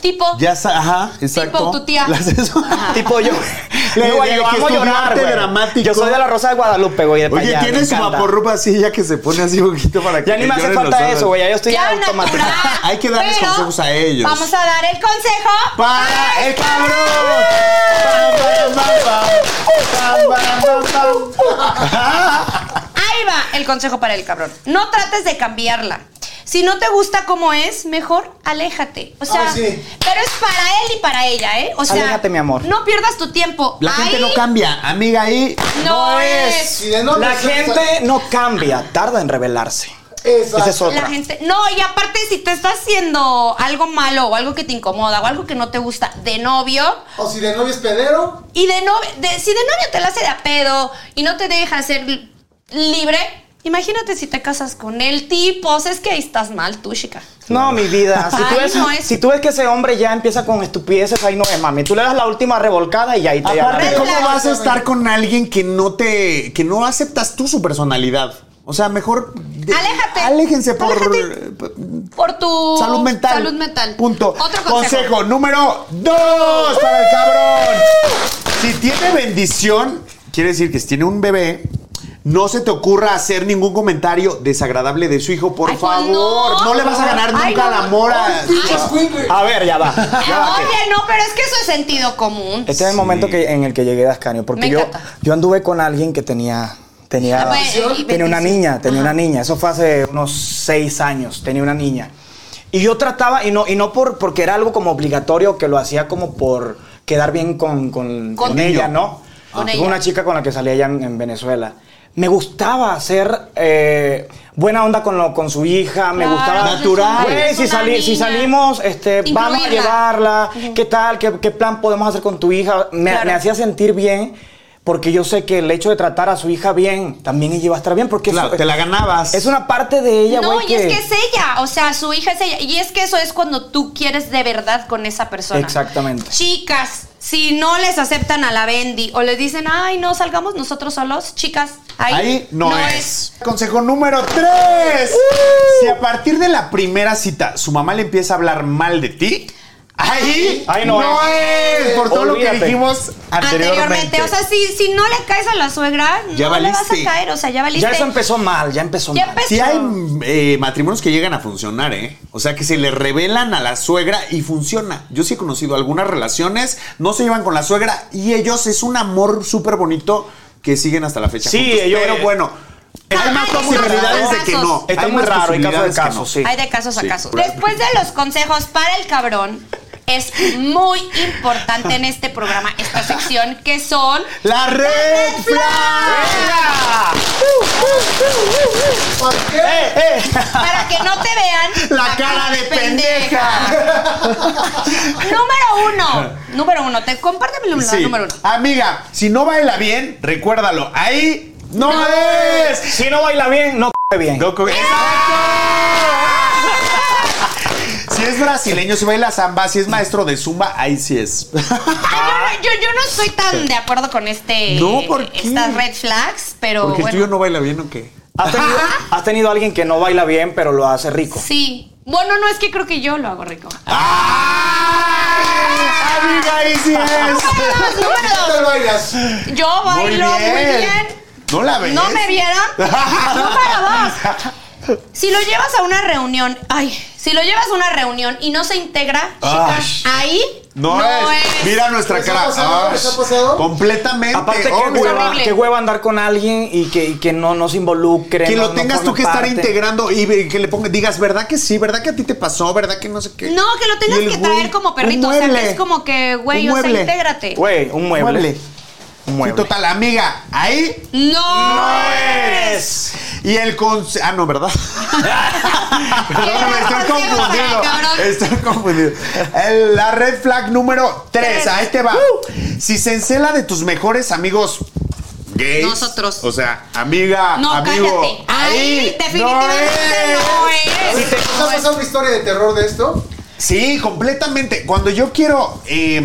[SPEAKER 1] tipo.
[SPEAKER 2] Ya sa- ajá, exacto.
[SPEAKER 1] tu tía.
[SPEAKER 2] Las- eso-
[SPEAKER 3] Tipo yo. Le digo,
[SPEAKER 2] De- de
[SPEAKER 3] yo
[SPEAKER 2] que
[SPEAKER 3] amo llorar,
[SPEAKER 2] estudiante
[SPEAKER 3] güey.
[SPEAKER 2] dramático.
[SPEAKER 3] Yo soy de la Rosa de Guadalupe, güey. de pa'
[SPEAKER 2] Oye,
[SPEAKER 3] allá,
[SPEAKER 2] tiene
[SPEAKER 3] me
[SPEAKER 2] su
[SPEAKER 3] encanta.
[SPEAKER 2] vaporrupa así, ya que se pone así un poquito para que
[SPEAKER 3] Ya ni me hace
[SPEAKER 2] lloren los
[SPEAKER 3] falta
[SPEAKER 2] ojos.
[SPEAKER 3] eso, güey. Ya yo estoy
[SPEAKER 1] ya
[SPEAKER 3] automático.
[SPEAKER 1] natural.
[SPEAKER 2] Hay que darles
[SPEAKER 1] Pero
[SPEAKER 2] consejos a ellos.
[SPEAKER 1] Vamos a dar el consejo
[SPEAKER 2] ¡Para el cabrón! ¡Pam, pam, pam, pam! ¡Pam, pam, pam, pam!
[SPEAKER 1] Ahí va el consejo para el cabrón. No trates de cambiarla. Si no te gusta como es, mejor aléjate. O sea,
[SPEAKER 7] Ah, sí.
[SPEAKER 1] pero es para él y para ella, ¿eh? O sea,
[SPEAKER 3] Aléjate, mi amor.
[SPEAKER 1] No pierdas tu tiempo.
[SPEAKER 2] La gente
[SPEAKER 1] Ahí
[SPEAKER 2] no cambia. Amiga, ahí.
[SPEAKER 1] no es.
[SPEAKER 7] Si de no
[SPEAKER 3] La
[SPEAKER 7] te-
[SPEAKER 3] gente no cambia, tarda en revelarse.
[SPEAKER 7] Exacto.
[SPEAKER 3] Esa es otra.
[SPEAKER 1] La gente, no, y aparte si te está haciendo algo malo o algo que te incomoda o algo que no te gusta de novio
[SPEAKER 7] O si de novio es pedero.
[SPEAKER 1] y de novio, de- si de novio te la hace de a pedo y no te deja ser li- libre, imagínate si te casas con el tipo, o sea, es que ahí estás mal tú, chica.
[SPEAKER 3] No, mi vida. Si tú,
[SPEAKER 1] Ahí
[SPEAKER 3] ves,
[SPEAKER 1] no es.
[SPEAKER 3] si tú ves que ese hombre ya empieza con estupideces, ahí no es, mami. Tú le das la última revolcada y ahí te
[SPEAKER 2] Aparte,
[SPEAKER 3] agarra.
[SPEAKER 2] ¿cómo
[SPEAKER 1] Claro.
[SPEAKER 2] vas a estar con alguien que no te. que no aceptas tú su personalidad? O sea, mejor. de-
[SPEAKER 1] Aléjate.
[SPEAKER 2] Aléjense por.
[SPEAKER 1] Aléjate. Por tu
[SPEAKER 2] Salud mental.
[SPEAKER 1] Salud mental.
[SPEAKER 2] Punto.
[SPEAKER 1] Otro consejo.
[SPEAKER 2] Consejo número dos para el cabrón. tiene bendición, quiere decir que si tiene un bebé, no se te ocurra hacer ningún comentario desagradable de su hijo, por
[SPEAKER 1] Ay, pues
[SPEAKER 2] favor.
[SPEAKER 1] no.
[SPEAKER 2] No. le vas a ganar nunca
[SPEAKER 1] Ay, no.
[SPEAKER 2] la mora.
[SPEAKER 3] A ver, ya va. Ya va, que-
[SPEAKER 1] Oye, no, pero es que eso es sentido común.
[SPEAKER 3] Este es el momento que, en el que llegué a Ascanio, porque
[SPEAKER 1] Me
[SPEAKER 3] yo,
[SPEAKER 1] encanta.
[SPEAKER 3] yo anduve con alguien que tenía, tenía,
[SPEAKER 1] Ah, bueno, y
[SPEAKER 3] tenía una
[SPEAKER 1] bendición.
[SPEAKER 3] niña, tenía
[SPEAKER 1] Ajá.
[SPEAKER 3] una niña. Eso fue hace unos seis años, tenía una niña. Y yo trataba, y no, y no por, porque era algo como obligatorio, que lo hacía como por quedar bien con, con,
[SPEAKER 1] Con
[SPEAKER 3] con
[SPEAKER 1] ello.
[SPEAKER 3] ella, ¿no?
[SPEAKER 1] Con
[SPEAKER 3] Tuve
[SPEAKER 1] ella.
[SPEAKER 3] una chica con la que salía allá en, en Venezuela. Me gustaba ser eh, buena onda con, lo, con su hija, me
[SPEAKER 1] Claro,
[SPEAKER 3] gustaba...
[SPEAKER 1] pues es Natural. una-
[SPEAKER 3] Güey,
[SPEAKER 1] es
[SPEAKER 3] si,
[SPEAKER 1] una
[SPEAKER 3] sali- si
[SPEAKER 1] niña.
[SPEAKER 3] salimos, este, vamos a
[SPEAKER 1] Incluirla.
[SPEAKER 3] llevarla, ¿qué tal? ¿Qué, qué plan podemos hacer con tu hija? Me,
[SPEAKER 1] Claro.
[SPEAKER 3] me hacía sentir bien porque yo sé que el hecho de tratar a su hija bien, también ella iba a estar bien porque
[SPEAKER 2] Claro,
[SPEAKER 3] eso-
[SPEAKER 2] te la ganabas.
[SPEAKER 3] es una parte de ella,
[SPEAKER 1] no,
[SPEAKER 3] güey.
[SPEAKER 1] y es que es ella, o sea, su hija es ella. Y es que eso es cuando tú quieres de verdad con esa persona.
[SPEAKER 3] Exactamente.
[SPEAKER 1] Chicas, si no les aceptan a la Bendy o les dicen, ay, no, salgamos nosotros solos, chicas, ahí,
[SPEAKER 2] Ahí no, es. Consejo número 3.
[SPEAKER 1] Uh.
[SPEAKER 2] Si a partir de la primera cita su mamá le empieza a hablar mal de ti, ahí,
[SPEAKER 3] Ahí no
[SPEAKER 2] es. Por todo lo que
[SPEAKER 3] Olvídate.
[SPEAKER 2] dijimos anteriormente.
[SPEAKER 1] Anteriormente, o sea, si, si no le caes a la suegra,
[SPEAKER 2] Ya
[SPEAKER 1] no le
[SPEAKER 2] valiste.
[SPEAKER 1] vas a caer, o sea, ya valiste.
[SPEAKER 3] Ya eso empezó mal, ya empezó
[SPEAKER 1] Ya
[SPEAKER 3] mal.
[SPEAKER 1] empezó.
[SPEAKER 2] Si hay mm, eh, matrimonios que llegan a funcionar, ¿eh? O sea, que se le revelan a la suegra y funciona. Yo sí he conocido algunas relaciones, no se llevan con la suegra y ellos es un amor súper bonito que siguen hasta la fecha.
[SPEAKER 3] Sí,
[SPEAKER 2] juntos.
[SPEAKER 3] ellos-
[SPEAKER 2] Pero bueno, hay
[SPEAKER 1] Hay
[SPEAKER 2] más
[SPEAKER 1] casos
[SPEAKER 2] posibilidades
[SPEAKER 1] a
[SPEAKER 2] de que
[SPEAKER 1] casos.
[SPEAKER 2] no.
[SPEAKER 3] Está
[SPEAKER 2] Hay
[SPEAKER 3] muy
[SPEAKER 2] más
[SPEAKER 3] raro, hay caso de
[SPEAKER 2] posibilidades que
[SPEAKER 3] caso,
[SPEAKER 2] no.
[SPEAKER 3] sí.
[SPEAKER 1] Hay de casos a
[SPEAKER 2] Sí,
[SPEAKER 1] casos.
[SPEAKER 2] claro.
[SPEAKER 1] Después de los consejos para el cabrón, es muy importante en este programa, esta sección, que son...
[SPEAKER 2] La red flag.
[SPEAKER 7] ¿Por qué?
[SPEAKER 1] Para que no te vean...
[SPEAKER 2] Eh, La cara de
[SPEAKER 1] número uno. Número uno. Te, compárteme el
[SPEAKER 2] Sí.
[SPEAKER 1] número uno.
[SPEAKER 2] Amiga, si no baila bien, recuérdalo. Ahí no, es.
[SPEAKER 3] Si no baila bien, no c bien.
[SPEAKER 2] No co- ¡Exacto! Si es brasileño, si baila samba, si es maestro de zumba, ahí sí es.
[SPEAKER 1] Ay, yo, no- yo- yo no estoy tan de acuerdo con este...
[SPEAKER 2] No, ¿por qué?
[SPEAKER 1] Estas red flags, pero
[SPEAKER 2] Porque el
[SPEAKER 1] bueno.
[SPEAKER 2] tuyo no baila bien o qué.
[SPEAKER 3] ¿Has tenido, has tenido alguien que no baila bien, pero lo hace rico?
[SPEAKER 1] Sí. Bueno, no, es que creo que yo lo hago rico.
[SPEAKER 2] ¡Ay! Amiga, ahí sí es.
[SPEAKER 1] Número
[SPEAKER 7] ¿Qué
[SPEAKER 1] dos.
[SPEAKER 7] tal bailas?
[SPEAKER 1] Yo bailo muy bien.
[SPEAKER 2] No la ves.
[SPEAKER 1] ¿No me vieron? Número dos. Si lo llevas a una reunión, ay, si lo llevas a una reunión y no se integra, chica,
[SPEAKER 2] Ay.
[SPEAKER 1] ahí
[SPEAKER 2] No, es. Mira nuestra
[SPEAKER 7] ¿Les ha
[SPEAKER 2] cara.
[SPEAKER 7] pasado?
[SPEAKER 2] Ay,
[SPEAKER 7] ¿Les ha pasado?
[SPEAKER 2] Completamente.
[SPEAKER 3] Aparte, qué
[SPEAKER 2] obvio.
[SPEAKER 3] hueva,
[SPEAKER 1] horrible.
[SPEAKER 3] qué hueva andar con alguien y que, y que no, no se involucre.
[SPEAKER 2] Que
[SPEAKER 3] no-
[SPEAKER 2] lo
[SPEAKER 3] no
[SPEAKER 2] tengas tú
[SPEAKER 3] forme
[SPEAKER 2] que estar
[SPEAKER 3] parte.
[SPEAKER 2] integrando y ve- que le pongas, digas, ¿verdad que sí? ¿Verdad que a ti te pasó? ¿Verdad que no sé qué?
[SPEAKER 1] No, que lo tengas
[SPEAKER 2] Y el
[SPEAKER 1] que traer
[SPEAKER 2] güey,
[SPEAKER 1] como
[SPEAKER 2] un
[SPEAKER 1] perrito. O sea, que
[SPEAKER 2] mueble.
[SPEAKER 1] es como que, güey,
[SPEAKER 2] Un
[SPEAKER 1] o sea,
[SPEAKER 2] mueble.
[SPEAKER 1] intégrate.
[SPEAKER 3] Güey, un mueble.
[SPEAKER 2] Mueble.
[SPEAKER 3] Un
[SPEAKER 2] Sí,
[SPEAKER 3] mueble.
[SPEAKER 2] total, amiga, ahí
[SPEAKER 1] No,
[SPEAKER 2] es. Y el conse... Ah, no, ¿verdad? Perdóname,
[SPEAKER 1] Era
[SPEAKER 2] estoy
[SPEAKER 1] el consejo para
[SPEAKER 2] confundido.
[SPEAKER 1] el cabrón.
[SPEAKER 2] Estoy confundido. El- la red flag número 3.
[SPEAKER 1] Tres. Uh.
[SPEAKER 2] Ahí te va. Si se encela de tus mejores amigos gays.
[SPEAKER 1] Nosotros.
[SPEAKER 2] O sea, amiga,
[SPEAKER 1] no,
[SPEAKER 2] amigo.
[SPEAKER 1] cállate. Ahí, definitivamente no es.
[SPEAKER 7] ¿Les ha pasado una historia de terror de esto?
[SPEAKER 2] Sí, completamente. Cuando yo quiero, eh,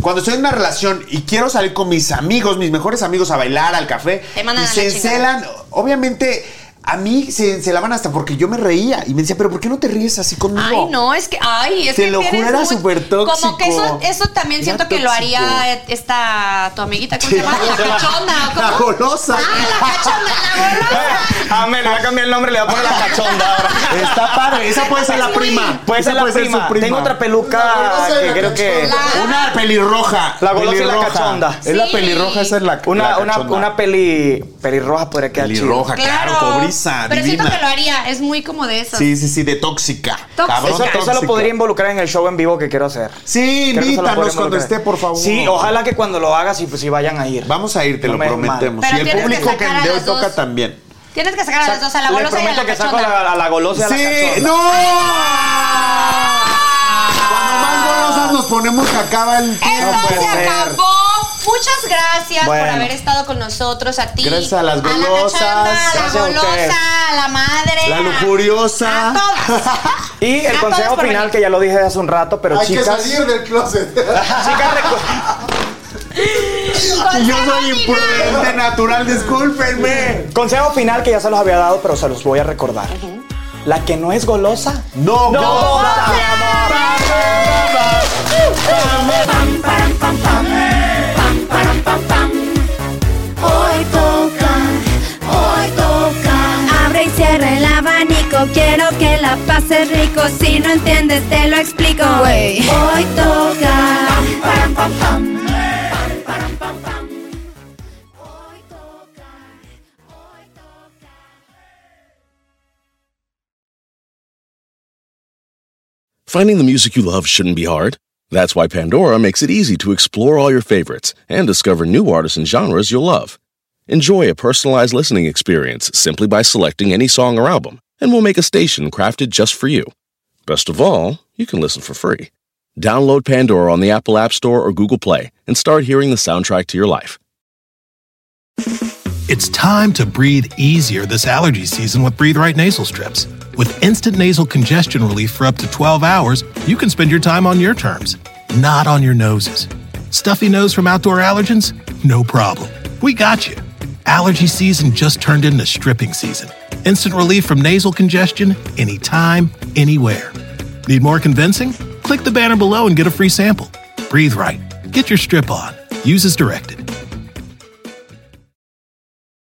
[SPEAKER 2] cuando estoy en una relación y quiero salir con mis amigos, mis mejores amigos a bailar, al café,
[SPEAKER 1] Te mandan
[SPEAKER 2] y
[SPEAKER 1] a la
[SPEAKER 2] se
[SPEAKER 1] chingada.
[SPEAKER 2] encelan, obviamente a mí se encelaban hasta porque yo me reía y me decía, pero ¿por qué no te ríes así conmigo?
[SPEAKER 1] Ay, no, es que, ay, es
[SPEAKER 2] Te
[SPEAKER 1] que
[SPEAKER 2] lo
[SPEAKER 1] tienes
[SPEAKER 2] juro, era
[SPEAKER 1] muy-
[SPEAKER 2] súper
[SPEAKER 1] Como que eso,
[SPEAKER 2] tóxico.
[SPEAKER 1] eso también
[SPEAKER 2] Era
[SPEAKER 1] siento que lo
[SPEAKER 2] tóxico.
[SPEAKER 1] haría eh, esta tu amiguita, ¿cómo se llama? La cachonda, ¿o
[SPEAKER 2] La
[SPEAKER 1] cómo?
[SPEAKER 2] golosa.
[SPEAKER 1] Ah, la cachonda, la golosa.
[SPEAKER 3] Ah, me le voy a cambiar el nombre, le voy a poner la cachonda ahora.
[SPEAKER 2] Está padre, esa puede ser la
[SPEAKER 1] Muy-
[SPEAKER 2] prima.
[SPEAKER 3] Puede ser
[SPEAKER 2] Esa
[SPEAKER 3] la
[SPEAKER 2] puede
[SPEAKER 3] prima.
[SPEAKER 2] su prima.
[SPEAKER 3] Tengo otra
[SPEAKER 7] La
[SPEAKER 3] peluca
[SPEAKER 7] golosa y
[SPEAKER 3] que
[SPEAKER 7] la
[SPEAKER 3] creo que.
[SPEAKER 7] cachonda.
[SPEAKER 2] Una pelirroja.
[SPEAKER 3] La golosa y la
[SPEAKER 2] Pelirroja.
[SPEAKER 3] cachonda.
[SPEAKER 2] Es la
[SPEAKER 1] Sí.
[SPEAKER 2] pelirroja, esa es la
[SPEAKER 3] Una,
[SPEAKER 2] la
[SPEAKER 3] una,
[SPEAKER 2] cachonda.
[SPEAKER 3] una peli. Pelirroja podría quedar chido.
[SPEAKER 2] pelirroja, Ah, claro, cobriza,
[SPEAKER 1] Pero
[SPEAKER 2] divina.
[SPEAKER 1] siento que lo haría, es muy como de eso.
[SPEAKER 2] Sí, sí, sí, de tóxica.
[SPEAKER 1] Tóxica.
[SPEAKER 2] Cabrón,
[SPEAKER 3] Eso, eso
[SPEAKER 2] tóxica.
[SPEAKER 3] lo podría involucrar en el show en vivo que quiero hacer.
[SPEAKER 2] Sí,
[SPEAKER 3] Creo que eso lo podría
[SPEAKER 2] invítanos cuando
[SPEAKER 3] involucrar.
[SPEAKER 2] esté, por favor.
[SPEAKER 3] Sí, ojalá que cuando lo hagas y pues si vayan a ir.
[SPEAKER 2] Vamos a ir, te
[SPEAKER 3] No
[SPEAKER 2] lo
[SPEAKER 3] me-
[SPEAKER 2] prometemos.
[SPEAKER 1] Pero
[SPEAKER 2] y el
[SPEAKER 1] tienes que
[SPEAKER 2] público que,
[SPEAKER 1] sacar a
[SPEAKER 2] de hoy
[SPEAKER 1] las dos.
[SPEAKER 2] toca también.
[SPEAKER 1] Tienes que sacar a las dos, a la
[SPEAKER 3] Le
[SPEAKER 1] golosa y a
[SPEAKER 3] prometo
[SPEAKER 1] la
[SPEAKER 3] que saco a
[SPEAKER 1] cachonda.
[SPEAKER 3] la, a la golosa y a la
[SPEAKER 2] ¡Sí!
[SPEAKER 3] cachonda.
[SPEAKER 2] ¡No! Cuando más golosas nos ponemos, se acaba el
[SPEAKER 1] Esto
[SPEAKER 2] tiempo.
[SPEAKER 1] se
[SPEAKER 3] puede ser.
[SPEAKER 1] acabó. Muchas gracias por
[SPEAKER 3] Bueno.
[SPEAKER 1] haber estado con nosotros, a ti.
[SPEAKER 2] Gracias a las golosas.
[SPEAKER 1] A la cachonda, a la
[SPEAKER 3] Gracias a ustedes.
[SPEAKER 1] golosa, a la madre.
[SPEAKER 2] La
[SPEAKER 1] a-
[SPEAKER 2] lujuriosa.
[SPEAKER 1] A todas.
[SPEAKER 3] Y el
[SPEAKER 1] A todas
[SPEAKER 3] consejo
[SPEAKER 1] Ah, por
[SPEAKER 3] final
[SPEAKER 1] venir.
[SPEAKER 3] que ya lo dije hace un rato, pero
[SPEAKER 7] Hay que
[SPEAKER 3] chicas.
[SPEAKER 7] salir del closet.
[SPEAKER 3] Chicas, recu-
[SPEAKER 2] Y yo soy
[SPEAKER 1] Consejo
[SPEAKER 2] imprudente natural, discúlpenme.
[SPEAKER 3] consejo final que ya se los había dado, pero se los voy a recordar. La que no es golosa.
[SPEAKER 2] No,
[SPEAKER 3] No goza, mi
[SPEAKER 2] amor.
[SPEAKER 5] pam, param, pam, pam. Pam, param, pam, pam.
[SPEAKER 6] rico, si no entiendes te lo explico. Hoy toca.
[SPEAKER 10] Finding the music you love shouldn't be hard. That's why Pandora makes it easy to explore all your favorites and discover new artists and genres you'll love. Enjoy a personalized listening experience simply by selecting any song or album, and we'll make a station crafted just for you. Best of all, you can listen for free. Download Pandora on the Apple App Store or Google Play and start hearing the soundtrack to your life.
[SPEAKER 9] It's time to breathe easier this allergy season with Breathe Right Nasal Strips. With instant nasal congestion relief for up to 12 hours, you can spend your time on your terms, not on your noses. Stuffy nose from outdoor allergens? No problem. We got you. Allergy season just turned into stripping season. Instant relief from nasal congestion anytime, anywhere. Need more convincing? Click the banner below and get a free sample. Breathe Right. Get your strip on. Use as directed.